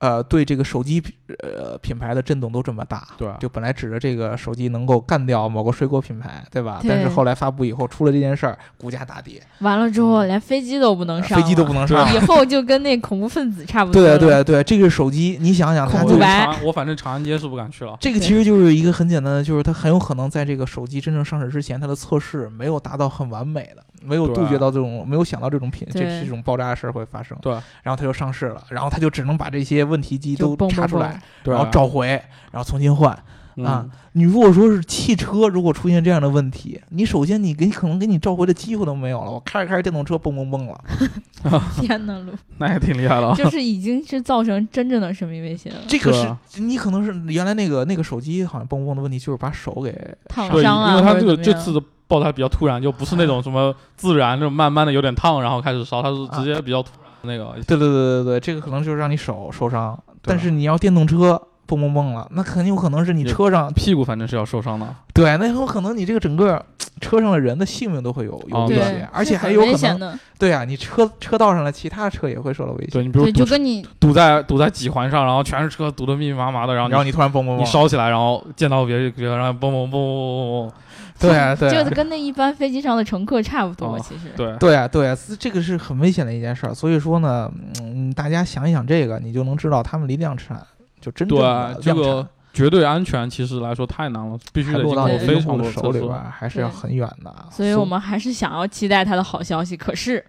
S2: 呃，对这个手机呃品牌的震动都这么大。
S3: 对啊
S2: 就本来指着这个手机能够干掉某个水果品牌，对吧？
S1: 对
S2: 但是后来发布以后出了这件事儿，股价大跌，
S1: 完了之后连飞机都不能上
S2: 嗯飞
S1: 了，
S2: 机都不能上。
S1: 以后就跟那恐怖分子差不多
S2: 对啊
S1: 了，
S2: 对对，这个手机，你想想，它
S1: 恐
S2: 就
S1: 怖
S3: 我
S1: 白
S3: 长安我反正长安街是不敢去了。
S2: 这个
S1: 对
S2: 其实就是一个很简单的，就是它很有可能在这个手机真正上市之前，它的测试没有达到很完美的，没有
S3: 对
S2: 杜绝到这种，没有想到这种品这
S1: 啊对
S2: 这种爆炸的事儿会发生。
S3: 对，
S2: 然后它就上市了，然后它就只能把这些问题机
S1: 就
S2: 都
S1: 蹦
S2: 查
S1: 蹦
S2: 出来
S1: 蹦，， 啊
S3: 对啊
S2: 然后召回，然后重新换。
S1: 嗯
S2: 啊，
S3: 嗯
S2: 你如果说是汽车，如果出现这样的问题，你首先你给可能给你召回的机会都没有了。我开着开着电动车蹦蹦蹦了，
S1: 天呐， 路
S3: 那也挺厉害 了。
S1: 就是已经是造成真正的生命威胁了，
S2: 这个
S3: 对啊
S2: 是你可能是原来那个那个手机好像蹦蹦的问题，就是把手给
S1: 烫
S3: 对，因
S1: 伤啊，
S3: 为
S1: 或
S3: 他
S1: 者怎
S3: 这个
S1: 么
S3: 这
S1: 样
S3: 次的爆胎比较突然，就不是那种什么自然，那种慢慢的有点烫，然后开始烧，它
S1: 啊
S3: 是直接比较突然那个。
S2: 对对对对对，这个可能就是让你手受伤，但是你要电动车蹦蹦蹦了，那很有可能是你
S3: 也
S2: 车上
S3: 屁股反正是要受伤的，
S2: 对，那有可能你这个整个车上的人的性命都会有有
S3: 啊
S2: 威
S3: 对
S2: 胁，而且
S1: 是
S2: 还
S1: 很
S2: 有
S1: 危
S2: 可
S1: 险
S2: 能
S1: 的，
S2: 对啊，你车车道上的其他车也会受到威胁，
S3: 对你比如
S1: 对，就
S3: 堵
S1: 跟你
S3: 堵在堵在几环上，然后全是车堵得密密麻麻的，然后
S2: 然后你突然蹦蹦
S3: 你
S2: 蹦，
S3: 烧起来，然后见到别人，然后嘣嘣嘣嘣嘣
S2: 对啊对
S1: 就
S2: 啊
S1: 跟那一般飞机上的乘客差不多，
S3: 哦
S1: 其实
S3: 嘣，对，
S2: 对啊对啊，这个是很危险的一件事儿，所以说呢，嗯，大家想一想这个，你就能知道他们离量产就真正
S3: 对啊
S2: 的
S3: 这
S2: 量
S3: 个
S2: 产。
S3: 绝对安全其实来说太难了，必须
S2: 还
S3: 得
S2: 落
S3: 经
S2: 到
S3: 过
S2: 你
S1: 的
S3: 非
S2: 用
S3: 常
S2: 户
S3: 多的
S2: 手
S3: 测
S2: 里
S3: 试
S2: 边。儿，还是要
S1: 对
S2: 很远的。
S1: 所以我们还是想要期待它的好消息，可是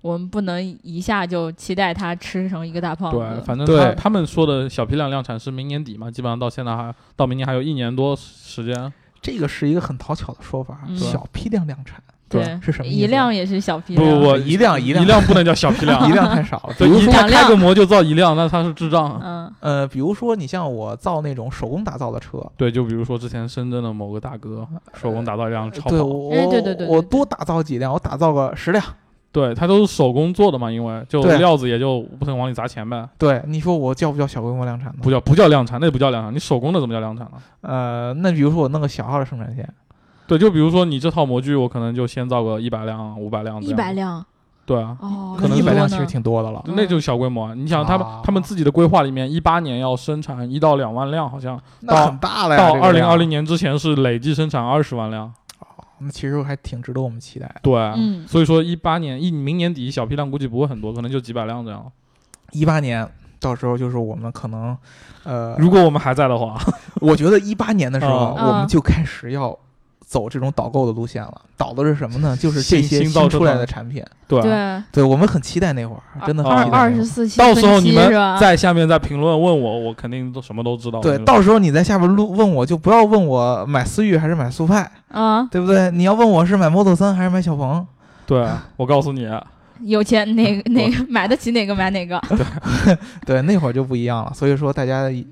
S1: 我们不能一下就期待它吃成一个大胖
S3: 对，
S1: 子。
S3: 反正
S2: 对
S3: 他他们说的小批量量产是明年底嘛，基本上到现在还到明年还有一年多时间。
S2: 这个是一个很讨巧的说法，
S1: 嗯
S2: 小批量量产
S1: 对，
S2: 是什么意思啊
S1: 一辆也是小批
S3: 不
S1: 量，
S3: 不不，
S2: 一辆一辆
S3: 一辆不能叫小批量 啊
S2: 一，辆太少了。比
S3: 对，
S2: 如
S3: 一
S2: 说，
S3: 辆
S1: 两辆
S3: 开个模就造一辆，那他是智障啊。
S1: 嗯
S2: 呃，比如说你像我造那种手工打造的车，
S3: 对，就比如说之前深圳的某个大哥手工打造一辆超
S2: 呃对
S3: 跑，
S2: 我
S1: 哎对对对对
S2: 我
S1: 对
S2: 多打造几辆，我打造个十辆。
S3: 对他都是手工做的嘛，因为就
S2: 对
S3: 料子也就不能往里砸钱呗，
S2: 对，你说我叫不叫小规模量产呢？
S3: 不叫不叫量产，那不叫量产，你手工的怎么叫量产呢？
S2: 呃，那比如说我弄个小号的生产线，
S3: 对，就比如说你这套模具，我可能就先造个一百辆、五百辆，
S1: 一百，辆
S3: 对啊，
S1: 哦，
S3: 可能
S2: 一
S1: 那
S2: 百
S1: 么多
S2: 辆其实
S1: 呢
S2: 挺多的了。
S1: 嗯
S3: 那就是小规模啊。你想他们
S2: 啊
S3: 他们自己的规划里面，一八年要生产一到两万辆，好像
S2: 那很大哎了呀！
S3: 到
S2: 这个
S3: 二零二
S2: 量啊
S3: 零，年之前是累计生产二十万辆，
S2: 那其实还挺值得我们期待的。
S3: 对，
S1: 嗯
S3: 所以说一八年一明年底小批量估计不会很多，可能就几百辆这样。
S2: 一八年到时候就是我们可能，呃，
S3: 如果我们还在的话，
S2: 我觉得一八年的时候，
S1: 嗯
S2: 我们就开始要走这种导购的路线了。导的是什么呢？就是这
S3: 新
S2: 些
S3: 新造
S2: 新
S3: 车
S2: 出来
S3: 厂
S2: 的产品。
S3: 对啊
S1: 对，
S2: 对，我们很期待那会儿，真的很
S1: 二
S2: 期待
S1: 啊二
S2: 那
S1: 十
S2: 会儿。
S1: 四期
S3: 到
S1: 分
S3: 时候
S1: 期
S3: 你
S1: 是吧
S3: 们在下面在评论问我，我肯定都什么都知道。
S2: 对，
S3: 到
S2: 到时候你在下边录问我，就不要问我买思域还是买速派，
S1: 啊
S2: 对不对？你要问我是买 Model 三还是买小鹏，
S3: 对啊我告诉你，
S1: 有钱哪个哪个买得起哪个买哪个，
S2: 对，那会儿就不一样了。所以说，大家一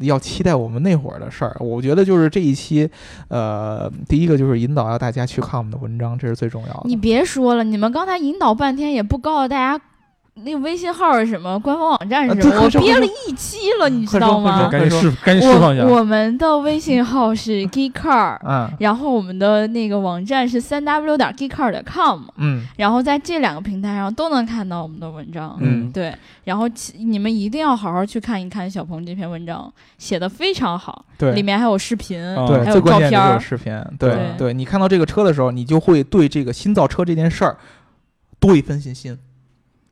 S2: 要期待我们那会儿的事儿。我觉得就是这一期，呃，第一个就是引导要大家去看我们的文章，这是最重要
S1: 你
S2: 的。
S1: 别说了，你们刚才引导半天也不告诉大家。那个微信号是什么？官方网站是什
S2: 啊
S1: 么？
S2: 对
S1: 我
S2: 快说
S1: 憋
S2: 快
S1: 了
S2: 说
S1: 一期了，你知
S2: 快说
S1: 道
S2: 快
S1: 吗
S2: 说？
S3: 赶紧
S2: 快
S3: 释赶紧释放一下。
S1: 啊
S3: 嗯
S1: 我我们的微信号是 geekcar，
S2: 嗯
S1: 然后我们的那个网站是三 w 点 geekcar 点 com，
S2: 嗯
S1: 然后在这两个平台上都能看到我们的文章。
S2: 嗯
S1: 对，然后其你们一定要好好去看一看小鹏这篇文章，写的非常好，里
S2: 对。
S1: 面还有视频，
S3: 嗯
S2: 对
S1: 还，有
S2: 最关键
S1: 照
S2: 的
S1: 片
S2: 就
S1: 儿
S2: 是视频。对
S3: 对
S2: 对，你看到这个车的时候，你就会对这个新造车这件事儿多一分信心。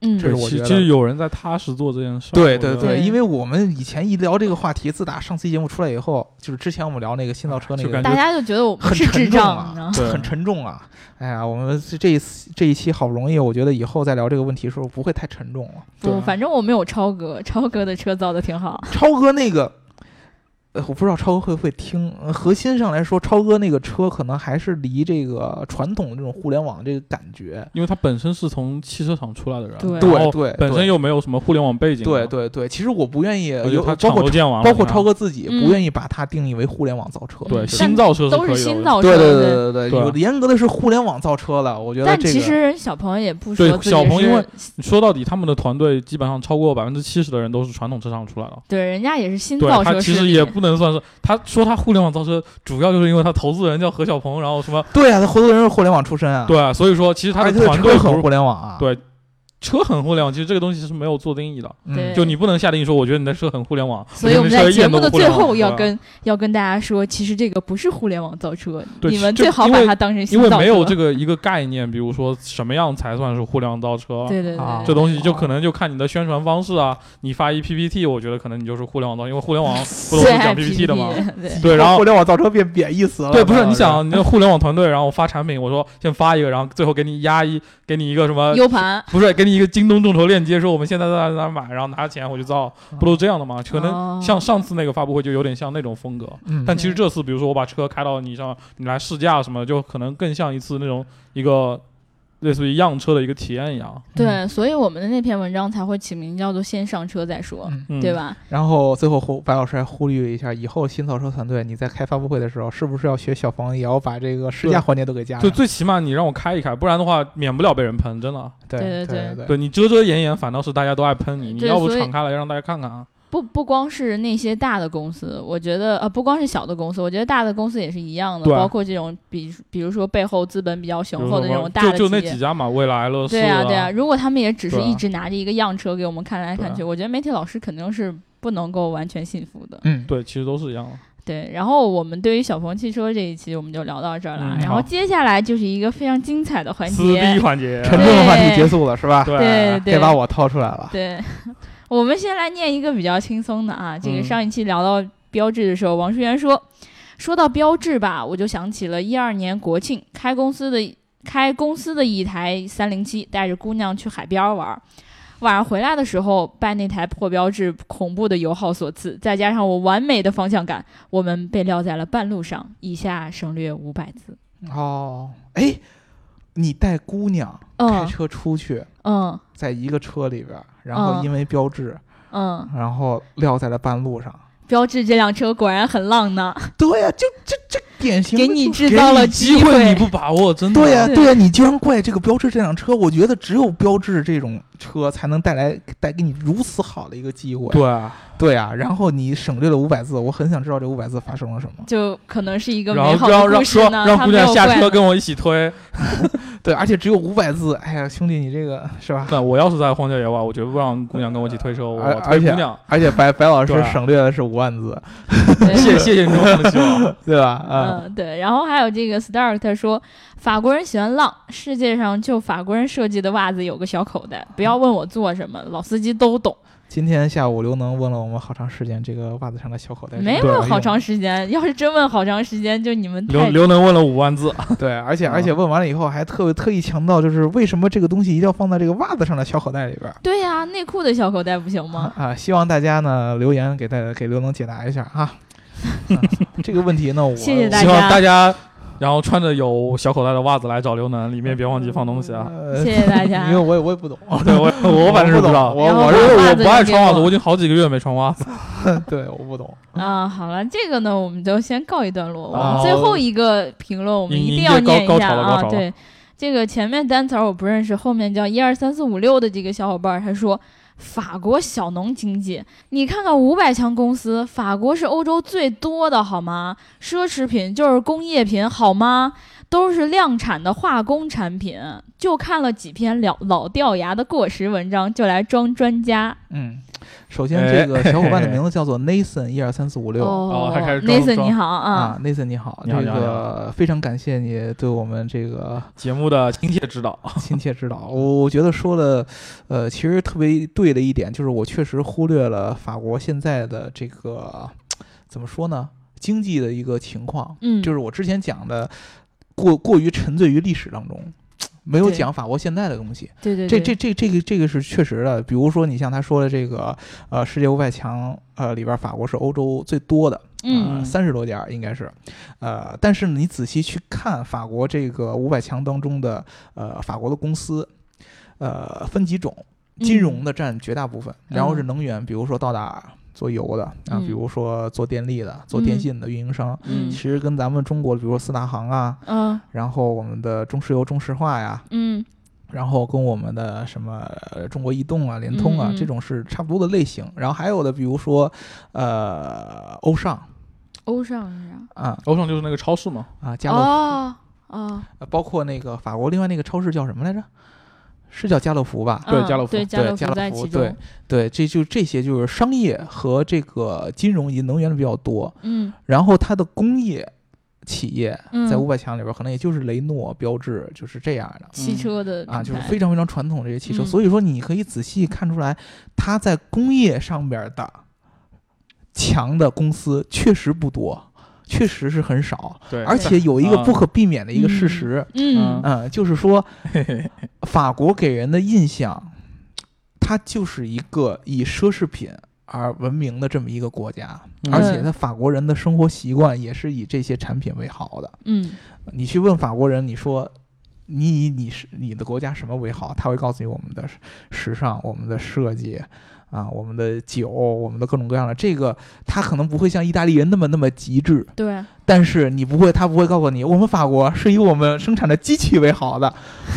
S1: 嗯，
S2: 这是
S3: 对，
S2: 我
S3: 其
S2: 觉得
S3: 其实有人在踏实做这件事儿。
S2: 对
S3: 我觉
S2: 对
S3: 得
S2: 对，
S1: 对
S2: 因为我们以前一聊这个话题，自打上期节目出来以后，就是之前我们聊那个新造车那
S3: 就
S2: 个
S3: 感觉
S1: 大家就觉得我们
S2: 很
S1: 是智障，你
S2: 沉重
S1: 知道
S2: 啊
S1: 吗，
S3: 对
S2: 很沉重啊！哎呀，我们这这一次这一期好不容易，我觉得以后再聊这个问题的时候不会太沉重了。
S1: 不，
S3: 对
S1: 反正我们有超哥，超哥的车造的挺好。
S2: 超哥那个，呃，我不知道超哥会不会听。呃核心上来说，超哥那个车可能还是离这个传统这种互联网这个感觉，
S3: 因为他本身是从汽车厂出来的人，
S1: 对
S3: 然后
S2: 对对，
S3: 本身又没有什么互联网背景，啊
S2: 对对对对。其实我不愿意
S3: 我觉
S2: 有
S3: 得他
S2: 包
S3: 抢
S2: 括
S3: 楼见王了，
S2: 包括
S3: 你看
S2: 超，哥自己
S1: 嗯
S2: 不愿意把它定义为互联网造车。
S3: 对
S1: 嗯
S3: 新造车
S1: 都
S3: 可以
S1: 是
S3: 的
S1: 新，造车
S2: 对对
S1: 的
S2: 对对
S3: 对啊
S2: 有严格的是互联网造车了，我觉得
S1: 但
S2: 这
S1: 其
S2: 个。
S1: 实小鹏也不说
S3: 对
S1: 自己
S3: 小鹏因
S1: 是
S3: 为我觉得说到底，他们的团队基本上超过百分之七十的人都是传统车厂出来的。
S1: 对人家也是新
S3: 对
S1: 造
S3: 他
S1: 车
S3: 其
S1: 势
S3: 实
S1: 力，
S3: 也不能算是，他说他互联网造车，主要就是因为他投资人叫何小鹏，然后什么
S2: 对啊，他合作人是互联网出身啊，
S3: 对，所以说其实他
S2: 而
S3: 的
S2: 且
S3: 团队
S2: 车
S3: 不
S2: 很
S3: 是
S2: 互联网啊，
S3: 对车很互联网，其实这个东西是没有做定义的，
S2: 嗯
S1: 对
S3: 就你不能下定义说，我觉得你的车很互联 网，
S1: 所以我们
S3: 觉得
S1: 在
S3: 你车一
S1: 节
S3: 点
S1: 目
S3: 都
S1: 的
S3: 不互
S1: 最
S3: 联网
S1: 后要
S3: 对吧
S1: 跟要跟大家说，其实这个不是互联网造车，
S3: 对
S1: 你们
S3: 就
S1: 最好
S3: 因
S1: 把
S3: 为
S1: 它当成
S3: 因
S1: 新
S3: 为
S1: 造车。
S3: 没有这个一个概念，比如说什么样才算是互联网造车，
S1: 对对对
S2: 啊
S1: 对，
S3: 这东西就可能就看你的宣传方式啊，你发一 PPT，我觉得可能你就是互联网造，因为互 联网不都是
S1: 最爱
S3: 讲 PPT 的吗？
S1: 对，
S3: 对，然
S2: 互
S3: 后。
S2: 联网造车变贬义词了。
S3: 对，不是
S2: 当
S3: 你
S2: 时
S3: 想，你的互联网团队，然后发产品，我说先发一个，然后最后给你压一，给你一个什 么
S1: U 盘
S3: 呃不是给你一个京东众筹链接，说我们现在在哪买，然后拿钱回去造，不都是这样的吗？可
S1: 哦
S3: 能像上次那个发布会就有点像那种风格，
S2: 嗯，
S3: 但其实这次，比如说我把车开到你上，你来试驾什么的，就可能更像一次那种一个类似于样车的一个体验一样，
S1: 对，所以我们的那篇文章才会起名叫做“先上车再说
S2: 嗯”，
S3: 嗯、
S1: 对？吧？
S2: 然后最后忽白老师还忽略了一下，以后新造车团队你在开发布会的时候，是不是要学小鹏，也要把这个试驾环节都给加
S3: 就
S2: 上？
S3: 最起码你让我开一开，不然的话免不了被人喷，真的。
S2: 对
S1: 对对
S2: 对
S3: 对你遮遮掩掩，反倒是大家都爱喷你，你
S1: 对
S3: 要不
S1: 所以
S3: 敞开来让大家看看啊。
S1: 不不光是那些大的公司，我觉得呃，不光是小的公司，我觉得大的公司也是一样的，
S3: 对啊
S1: 包括这种比比如说背后资本比较
S3: 比
S1: 雄
S3: 如
S1: 厚
S3: 说
S1: 的这种大
S3: 就
S1: 的
S3: 就那
S1: 企业
S3: 几家嘛，蔚来、乐视
S1: 对
S3: 啊，
S1: 对啊，如果他们也只是
S3: 对啊
S1: 一直拿着一个样车给我们看来看去，
S3: 对啊
S1: 我觉得媒体老师肯定是不能够完全信服的。
S2: 嗯，
S3: 对，其实都是一样的。
S1: 对，然后我们对于小鹏汽车这一期我们就聊到这儿了，
S3: 嗯
S1: 然后
S3: 好
S1: 接下来就是一个非常精彩的环
S3: 撕逼
S1: 节，
S3: 环节，
S2: 沉重的话题结束了是吧？
S1: 对对
S2: 该把我掏出来了。
S1: 对，我们先来念一个比较轻松的啊，这个
S3: 嗯
S1: 上一期聊到标志的时候，王淑媛说，说到标志吧，我就想起了一二年国庆开公司的开公司的一台三零七，带着姑娘去海边玩儿。晚上回来的时候拜那台破标志恐怖的油耗所赐，再加上我完美的方向感，我们被撂在了半路上。以下省略五百字。
S2: 哦，哎，你带姑娘开
S1: 嗯
S2: 车出去，
S1: 嗯
S2: 在一个车里边儿，然后因为标志，
S1: 嗯，
S2: 然后撂在了半路上。
S1: 标志这辆车果然很浪呢。
S2: 对呀、这这这典型的
S1: 给你
S2: 就
S1: 制造了
S3: 机会你不把握，真的。
S2: 对呀、
S1: 对
S2: 对呀、你居然怪这个标志这辆车，我觉得只有标志这种车才能带来带给你如此好的一个机会。
S3: 对啊，
S2: 对啊，然后你省略了五百字，我很想知道这五百字发生了什么。
S1: 就可能是一个美
S3: 然
S1: 好
S3: 后让
S1: 的故
S3: 让
S1: 事
S3: 说
S1: 呢。
S3: 让
S1: 他
S3: 姑
S1: 没有
S3: 娘下
S1: 怪
S3: 车
S1: 呢
S3: 跟我一起推。
S2: 对，而且只有五百字，哎呀，兄弟，你这个是吧？
S3: 但我要是在荒郊野外，我绝不让姑娘跟我一起推车，我
S2: 而
S3: 推
S2: 而且
S3: 姑娘。
S2: 而且白白老师
S3: 对啊
S2: 省略的是五万字，
S1: 对
S3: 谢谢谢你给我的希 望。
S2: 对吧？啊、
S1: 嗯，对，然后还有这个 Stark 他说，法国人喜欢浪，世界上就法国人设计的袜子有个小口袋，不要问我做什么，老司机都懂。
S2: 今天下午刘能问了我们好长时间，这个袜子上的小口袋是
S1: 没
S2: 怎么
S1: 问好
S2: 用
S1: 长时间，要是真问好长时间，就你们
S3: 刘
S1: 太
S3: 刘能问了五万字，
S2: 对，而且
S3: 啊
S2: 而且问完了以后，还特特意强调，就是为什么这个东西一定要放在这个袜子上的小口袋里边儿
S1: 对呀、内裤的小口袋不行
S2: 啊
S1: 吗？
S2: 啊？希望大家呢留言给大家给刘能解答一下 啊。嗯这个问题呢，我
S1: 谢谢大
S3: 希望
S1: 家
S3: 大家。然后穿着有小口袋的袜子来找刘能，里面别忘记放东西啊！
S2: 呃
S1: 谢谢大家
S2: 因为我也我也不懂，
S3: 对我嗯我反正是
S2: 不
S3: 不知道，
S2: 懂我
S1: 然后
S2: 我
S1: 把
S3: 因为
S2: 是
S1: 袜
S3: 我
S1: 子
S3: 不爱
S1: 给
S3: 穿袜子，
S1: 我
S3: 我已经好几个月没穿袜子。
S2: 对我不懂。
S1: 啊，好了，这个呢，我们就先告一段落。我们
S3: 好
S1: 最后一个评论，我们
S3: 迎
S1: 一定
S3: 迎
S1: 要
S3: 接高
S1: 念一
S3: 高
S1: 下
S3: 潮了高
S1: 啊！
S3: 潮了
S1: 对，这个前面单词儿我不认识，后面叫一二三四五六的这个小伙伴儿，他说。法国小农经济，你看看五百强公司，法国是欧洲最多的，好吗？奢侈品就是工业品，好吗？都是量产的化工产品，就看了几篇老老掉牙的过时文章，就来装专家。
S2: 嗯，首先这个小伙伴的名字叫做 Nathan 一二三四五六
S1: 哎哦
S3: 他开始装
S1: Nathan
S3: 装
S1: 你好啊
S2: 啊，Nathan 你好，
S3: 你好
S2: 这
S3: 你好
S2: 个非常感谢你对我们这个
S3: 节目的亲切指导，
S2: 亲切指导。我我觉得说的，呃，其实特别对的一点就是，我确实忽略了法国现在的这个怎么说呢，经济的一个情况，
S1: 嗯，
S2: 就是我之前讲的过过于沉醉于历史当中。没有
S1: 对
S2: 讲法国现在的东西，
S1: 对对
S2: 这
S1: 对，
S2: 这这这个这个是确实的。比如说，你像他说的这个，呃，世界五百强，呃，里边法国是欧洲最多的，
S1: 嗯
S2: 啊三十多家应该是，呃，但是你仔细去看法国这个五百强当中的呃法国的公司，呃分几种，金融的占绝大部分，然后是
S1: 嗯
S2: 能源，比如说到达做油的啊，
S1: 嗯
S2: 比如说做电力的、做
S1: 嗯
S2: 电信的运营商，
S1: 嗯
S2: 其实跟咱们中国的比如说四大行啊，
S1: 嗯
S2: 然后我们的中石油、中石化呀，
S1: 嗯
S2: 然后跟我们的什么呃中国移动啊、联通啊
S1: 嗯嗯
S2: 这种是差不多的类型，然后还有的比如说呃欧尚
S1: 欧尚是啥？
S2: 啊
S3: 楼上就是那个超市嘛，
S2: 啊家乐福。
S1: 哦哦，
S2: 呃，包括那个法国另外那个超市叫什么来着？是叫家乐福吧？
S3: 对
S1: 嗯
S3: 家乐福
S1: 对
S2: 对
S1: 乐
S2: 家
S1: 在
S2: 乐
S1: 其
S2: 福，
S1: 中，
S2: 对对，这就这些就是商业和这个金融以及能源的比较多，
S1: 嗯
S2: 然后它的工业企业
S1: 嗯，
S2: 在五百强里边可能也就是雷诺、标志就是这样的。
S1: 汽车的
S2: 啊，就是
S1: 品牌
S2: 非常非常传统这些汽车，
S1: 嗯
S2: 所以说你可以仔细看出来，它在工业上边的强的公司确实不多，确实是很少，
S3: 对，
S2: 而且有一个不可避免的一个事
S1: 嗯
S2: 实，
S1: 嗯
S3: 嗯
S2: 嗯，就是说，法国给人的印象，它就是一个以奢侈品而闻名的这么一个国家，
S3: 嗯
S2: 而且它法国人的生活习惯也是以这些产品为好的。
S1: 嗯
S2: 你去问法国人，你说。你以你是你的国家什么为好？他会告诉你我们的时尚、我们的设计，啊，我们的酒、我们的各种各样的。这个他可能不会像意大利人那么那么极致，
S1: 对
S2: 但是你不会，他不会告诉你，我们法国是以我们生产的机器为好的，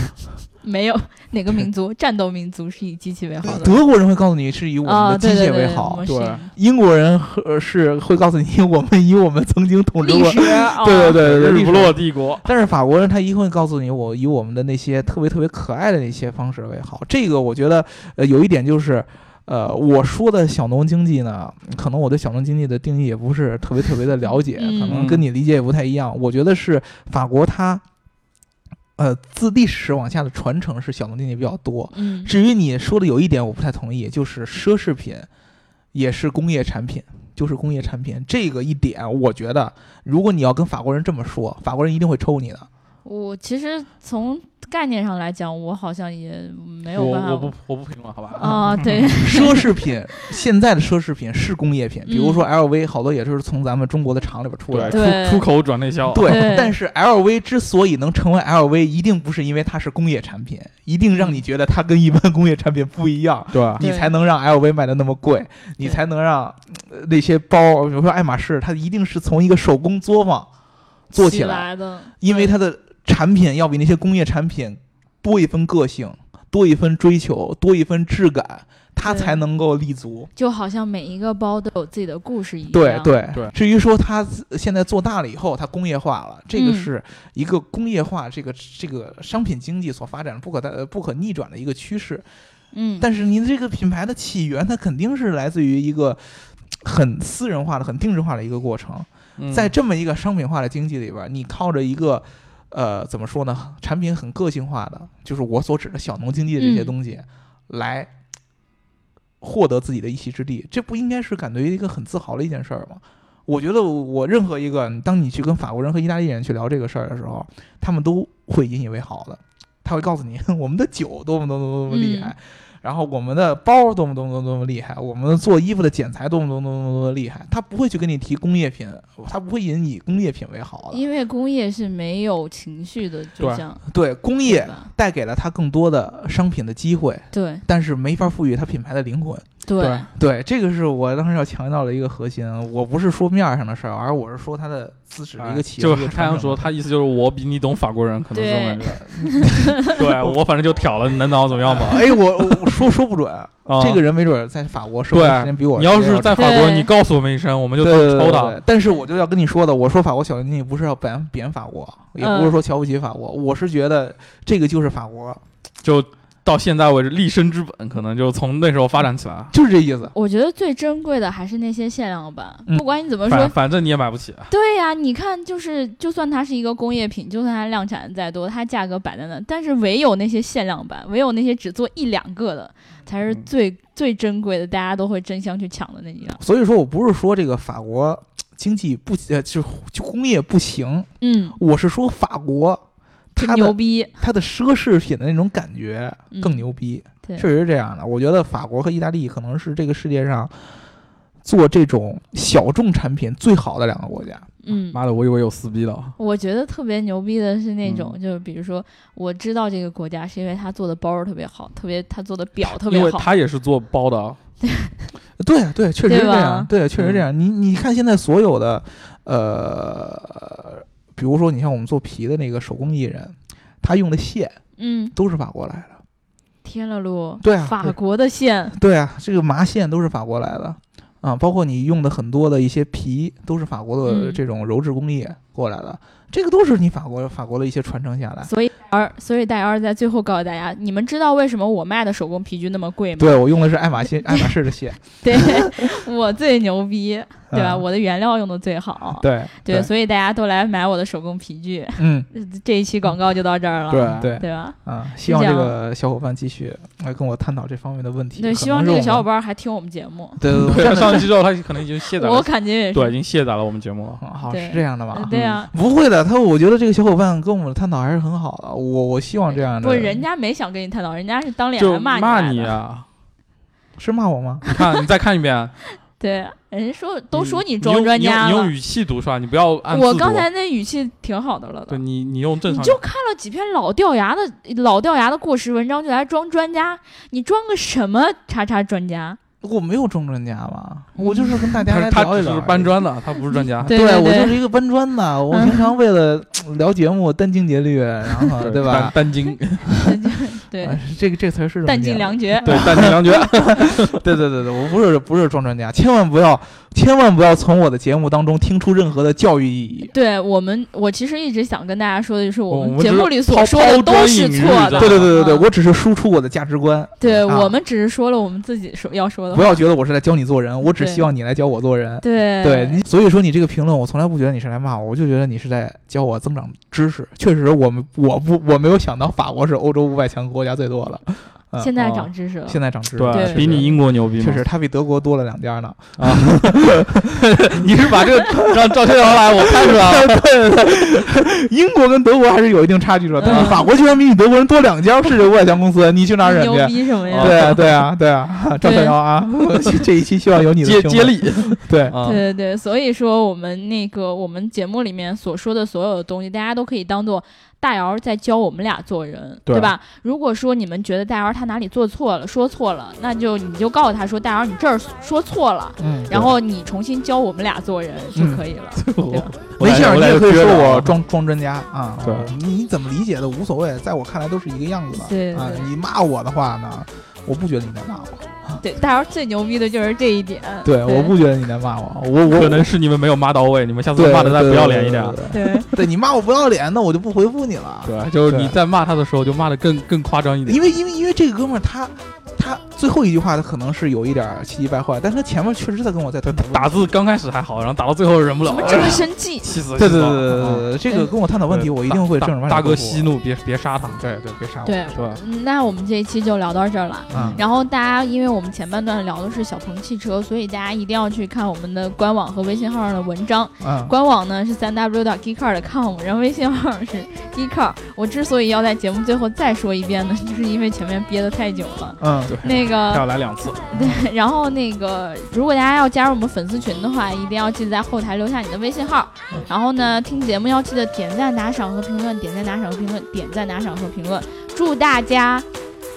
S1: 没有哪个民族战斗民族是以机器为好的
S2: 德国人会告诉你是以我
S1: 啊，
S2: 们的
S1: 对
S2: 机
S1: 对
S2: 械
S1: 对
S2: 为
S1: 对
S2: 好，
S1: 模
S3: 对
S1: 型
S2: 英国人和是会告诉你我们以我们曾经统治
S1: 历
S2: 过，
S1: 史啊
S2: 对对对对，
S3: 日
S2: 历
S3: 不
S2: 史。
S3: 落帝国，
S2: 但是法国人他一定会告诉你，我以我们的那些特别特别可爱的那些方式为好。这个我觉得，呃，有一点就是，呃，我说的小农经济呢，可能我对小农经济的定义也不是特别特别的了解，
S1: 嗯
S2: 可能跟你理解也不太一样。我觉得是法国它，呃，自历史往下的传承是小农经济比较多，
S1: 嗯
S2: 至于你说的有一点我不太同意，就是奢侈品也是工业产品，就是工业产品这个一点，我觉得如果你要跟法国人这么说，法国人一定会抽你的。
S1: 我其实从概念上来讲，我好像也没有办法。
S3: 我我不我不评论，好吧？
S1: 啊， 对，
S2: 奢侈品， 现在的奢侈品是工业品，比如说 LV，好多也是从咱们中国的厂里边出来的。
S1: 对
S3: 出出口转内销，
S2: 对，
S1: 对
S2: 但是 LV 之所以能成为 LV，一定不是因为它是工业产品，一定让你觉得它跟一般工业产品不一样，
S3: 对吧？
S1: 对
S2: 啊你才能让 LV 卖的那么贵，你才能让呃那些包，比如说爱马仕，它一定是从一个手工作坊做
S1: 起
S2: 起来，
S1: 的，
S2: 因为它的产品要比那些工业产品多一分个性，多一分追求，多一分质感，它
S1: 对
S2: 才能够立足。
S1: 就好像每一个包都有自己的故事一样。
S2: 对对
S3: 对
S2: 至于说它现在做大了以后，它工业化了，这个
S1: 嗯
S2: 是一个工业化这个这个商品经济所发展不可呃不可逆转的一个趋势。
S1: 嗯，
S2: 但是您这个品牌的起源，它肯定是来自于一个。很私人化的、很定制化的一个过程，
S3: 嗯
S2: 在这么一个商品化的经济里边，你靠着一个，呃，怎么说呢？产品很个性化的，就是我所指的小农经济的这些
S1: 嗯
S2: 东西，来获得自己的一席之地，这不应该是感觉一个很自豪的一件事儿吗？我觉得我任何一个，当你去跟法国人和意大利人去聊这个事儿的时候，他们都会引以为豪的。他会告诉你 我们的酒多么多么多么厉害，然后我们的包多么多么多么多么厉害，我们做衣服的剪裁多么多么多么多么厉害。他不会去跟你提工业品，他不会引以工业品为豪的。
S1: 因为工业是没有情绪的，就
S3: 对
S1: 像
S2: 对，工
S1: 对
S2: 业
S1: 吧
S2: 带给了他更多的商品的机会，
S1: 对
S2: 但是没法赋予他品牌的灵魂。
S1: 对
S3: 对
S2: 对，这个是我当时要强调的一个核心。我不是说面儿上的事儿，而我是说它的自始的一个起源。
S3: 哎就
S2: 一
S3: 是
S2: 个
S3: 太
S2: 传
S3: 阳
S2: 承
S3: 说，他意思就是我比你懂法国人，可能是这
S1: 对
S3: 么一个。对我反正就挑了，你能拿我怎么样吧？
S2: 哎，我我说说不准，
S3: 啊
S2: 这个人没准儿在法国生活
S3: 对啊
S2: 时间比我
S3: 你要是在法国，
S1: 对
S3: 你告诉我们一声，我们就
S2: 对对对
S3: 抽
S2: 对
S3: 他。
S2: 对，但是我就要跟你说的，我说法国小经济不是要贬贬法国，也不
S1: 嗯
S2: 是说瞧不起法国，我是觉得这个就是法国，
S3: 就到现在为止，立身之本可能就从那时候发展起来。
S2: 就是这意思。
S1: 我觉得最珍贵的还是那些限量版，
S2: 嗯
S1: 不管你怎么
S3: 反
S1: 说，嗯
S3: 反正你也买不起，
S1: 对呀、你看，就是就算它是一个工业品，就算它量产的再多，它价格摆在那，但是唯有那些限量版，唯有那些只做一两个的，才是
S3: 嗯
S1: 最、最珍贵的，大家都会争相去抢的那一辆。
S2: 所以说我不是说这个法国经济不呃，就就工业不行，
S1: 嗯，
S2: 我是说法国
S1: 挺
S2: 它
S1: 牛
S2: 的
S1: 逼，
S2: 它的奢侈品的那种感觉
S1: 嗯
S2: 更牛逼。
S1: 对
S2: 确实是这样的。我觉得法国和意大利可能是这个世界上做这种小众产品最好的两个国家。
S1: 嗯，
S3: 妈的，我以为有撕逼的。
S1: 我觉得特别牛逼的是那种，
S2: 嗯
S1: 就是比如说，我知道这个国家是因为他做的包儿特别好，特别他做的表特别
S3: 因为
S1: 好，
S3: 他也是做包的，
S2: 对啊对，确实是这
S1: 对吧嗯
S2: 样。对，确实是这样。你你看现在所有的呃，比如说你像我们做皮的那个手工艺人，他用的线
S1: 嗯，
S2: 都是法国来的。
S1: 天了噜，
S2: 对啊
S1: 法
S2: 对
S1: 国的线，
S2: 对啊，这个麻线都是法国来的。啊，包括你用的很多的一些皮，都是法国的
S1: 嗯
S2: 这种柔质工艺过来的，这个都是你法国法国的一些传承下来。
S1: 所以而所以戴尔在最后告诉大家，你们知道为什么我卖的手工皮具那么贵吗？
S2: 对我用的是爱马仕爱马仕的线，
S1: 对， 我最牛逼， 对吧？
S2: 嗯
S1: 我的原料用的最好，
S2: 对
S1: 对，所以大家都来买我的手工皮具。呃
S2: 嗯，
S1: 这一期广告就到这儿了，
S3: 对
S2: 对
S1: 对吧？
S2: 啊，希望这
S1: 这样
S2: 个小伙伴继续来跟我探讨这方面的问题。
S1: 对，希望这个小伙伴儿还听我们节目，
S2: 对对
S3: 对，
S2: 对，
S3: 上期之后他可能已经卸载
S1: 我
S3: 了，
S1: 感觉也是，
S3: 对，已经卸载了我们节目了。
S2: 嗯好
S1: 对
S2: 是这样的
S1: 呃
S2: 吧？
S1: 对啊。
S2: 不会的，他我觉得这个小伙伴跟我们的探讨还是很好的，我我希望这样的。
S1: 不，人家没想跟你探讨，人家是当脸
S3: 嗯就
S1: 来你啊骂
S3: 骂你
S1: 的。
S3: 啊！
S2: 是骂我吗？
S3: 你看，你再看一遍，
S1: 对，人家说都说
S3: 你
S1: 装专家
S3: 你用你
S1: 了
S3: 用，语气读出来，你不要按字
S1: 我
S3: 读
S1: 刚才那语气挺好的了
S3: 对
S1: 的。
S3: 你你用正
S1: 你
S3: 常
S1: 就看了几篇老掉牙的老掉牙的过时文章，就来装专家，你装个什么叉叉专家？
S2: 我没有中专家嘛，我就是跟大家来
S3: 他
S2: 聊
S3: 他
S2: 一
S3: 只
S2: 聊而
S3: 是
S2: 已。
S3: 搬砖的，他不是专 家。
S1: 嗯对嗯
S2: 我就
S1: 对
S2: 是一个搬砖的。我平常为了呃聊节目殚精竭虑，然 后对
S3: 担
S2: 吧？
S3: 担惊，
S1: 对
S2: 啊，这个这个词儿是这么
S1: 弹
S2: 念
S1: 尽
S2: 的
S1: 粮绝。
S3: 对担惊良绝。
S2: 对对对对，我不是不是装专家，千万不要千万不要从我的节目当中听出任何的教育意义。
S1: 对我们，我其实一直想跟大家说的就是，
S3: 我
S1: 我们
S3: 们
S1: 节
S3: 只是
S1: 目里所
S3: 抛
S1: 说的
S3: 抛
S1: 都
S3: 砖
S1: 是
S3: 引玉
S1: 错
S3: 的
S1: 的。
S2: 对对对对对，
S1: 啊
S2: 我只是输出我的价值观，
S1: 对
S2: 啊
S1: 我们只是说了我们自己说要说的
S2: 不
S1: 话。
S2: 要觉得我是来教你做人，我只
S1: 嗯对
S2: 希望你来教我做人。
S1: 对
S2: 对，你所以说你这个评论，我从来不觉得你是来骂我，我就觉得你是在教我增长知识。确实，我们我不我没有想到法国是欧洲五百强国家最多的，嗯
S1: 现在
S3: 哦
S1: 长知识了。
S2: 现在长知识了，
S1: 对
S2: 确
S3: 比
S2: 实
S3: 你英国牛逼
S2: 确
S3: 吗？
S2: 实，它比德国多了两家呢。
S3: 啊， 你是把这个让赵天阳来，我看出来了。
S2: 英国跟德国还是有一定差距的，但
S1: 嗯
S2: 是法国居然比你德国人多两家是这外商公司，你去哪儿忍
S1: 牛
S2: 去？
S1: 逼什么呀？
S2: 对啊，对啊，对啊，赵小瑶啊， 这一期希望有你的
S3: 接
S2: 听
S3: 接
S2: 闻
S3: 力
S2: 对，
S3: 啊，
S1: 对对对，所以说我们那个我们节目里面所说的所有的东西，大家都可以当做大姚在教我们俩做人，
S2: 对啊
S1: 对吧？如果说你们觉得大姚他哪里做错了，说错了，那就你就告诉他说，大姚你这儿说错了，
S2: 嗯，对
S1: 然后你重新教我们俩做人就
S2: 嗯
S1: 可以了。
S2: 没事儿，你也可以说我
S3: 装
S2: 装装专家啊。
S3: 对
S2: 我你怎么理解的无所谓，在我看来都是一个样子的。
S1: 对
S2: 啊
S1: 对，
S2: 你骂我的话呢，我不觉得你在骂我，
S1: 对，大姚最牛逼的就是这一点。
S2: 对，我不觉得你在骂我，我我
S3: 可能是你们没有骂到位，你们下次
S2: 对
S3: 骂的再不要脸一点。。
S2: 对对对对
S1: 对
S2: 对你骂我不要脸，那我就不回复你了。
S3: 对，就是
S2: 对
S3: 你在骂他的时候，就骂的更更夸张一点。
S2: 因为因为因为这个哥们儿他他最后一句话他可能是有一点儿气急败坏，但他前面确实在跟我在谈论
S3: 打字刚开始还好，然后打到最后忍不
S1: 怎
S3: 了
S1: 么
S3: 了，
S1: 这么生气？
S3: 气死了！
S2: 对
S3: 气死
S2: 对
S3: 了
S2: 对对
S3: 啊
S2: 对对，这个跟我探讨问题，我一定会正儿嗯八经
S3: 大哥
S2: 回复
S3: 息怒，别别杀他。
S2: 对对，别杀我。
S1: 对嗯
S3: 是
S4: 嗯
S3: 吧？
S1: 那我们这一期就聊到这儿了。
S2: 啊，
S1: 然后大家，因为我们前半段聊的是小鹏汽车，所以大家一定要去看我们的官网和微信号上的文章。
S2: 嗯，
S1: 官网呢是三 w 点 geekcar 的 com，然后微信号是 geekcar。我之所以要在节目最后再说一遍呢，就是因为前面憋得太久了。
S2: 嗯，
S3: 对，
S1: 那
S3: 他要
S1: 个，
S3: 来两次。
S1: 对， 然后那个，如果大家要加入我们粉丝群的话，一定要记得在后台留下你的微信号。然后呢，听节目要记得点赞、打赏和评论，点赞、打赏和评论，点赞、打赏和评论。祝大家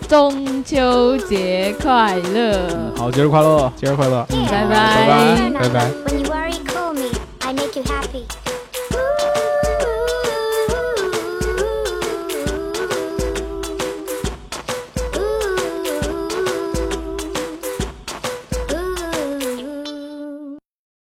S1: 中秋节快乐！
S3: 好，节日快乐！
S2: 节日快乐。
S1: 拜
S4: 拜
S1: 拜
S4: 拜，
S2: 拜拜。
S4: When you worry, call me. I make you happy.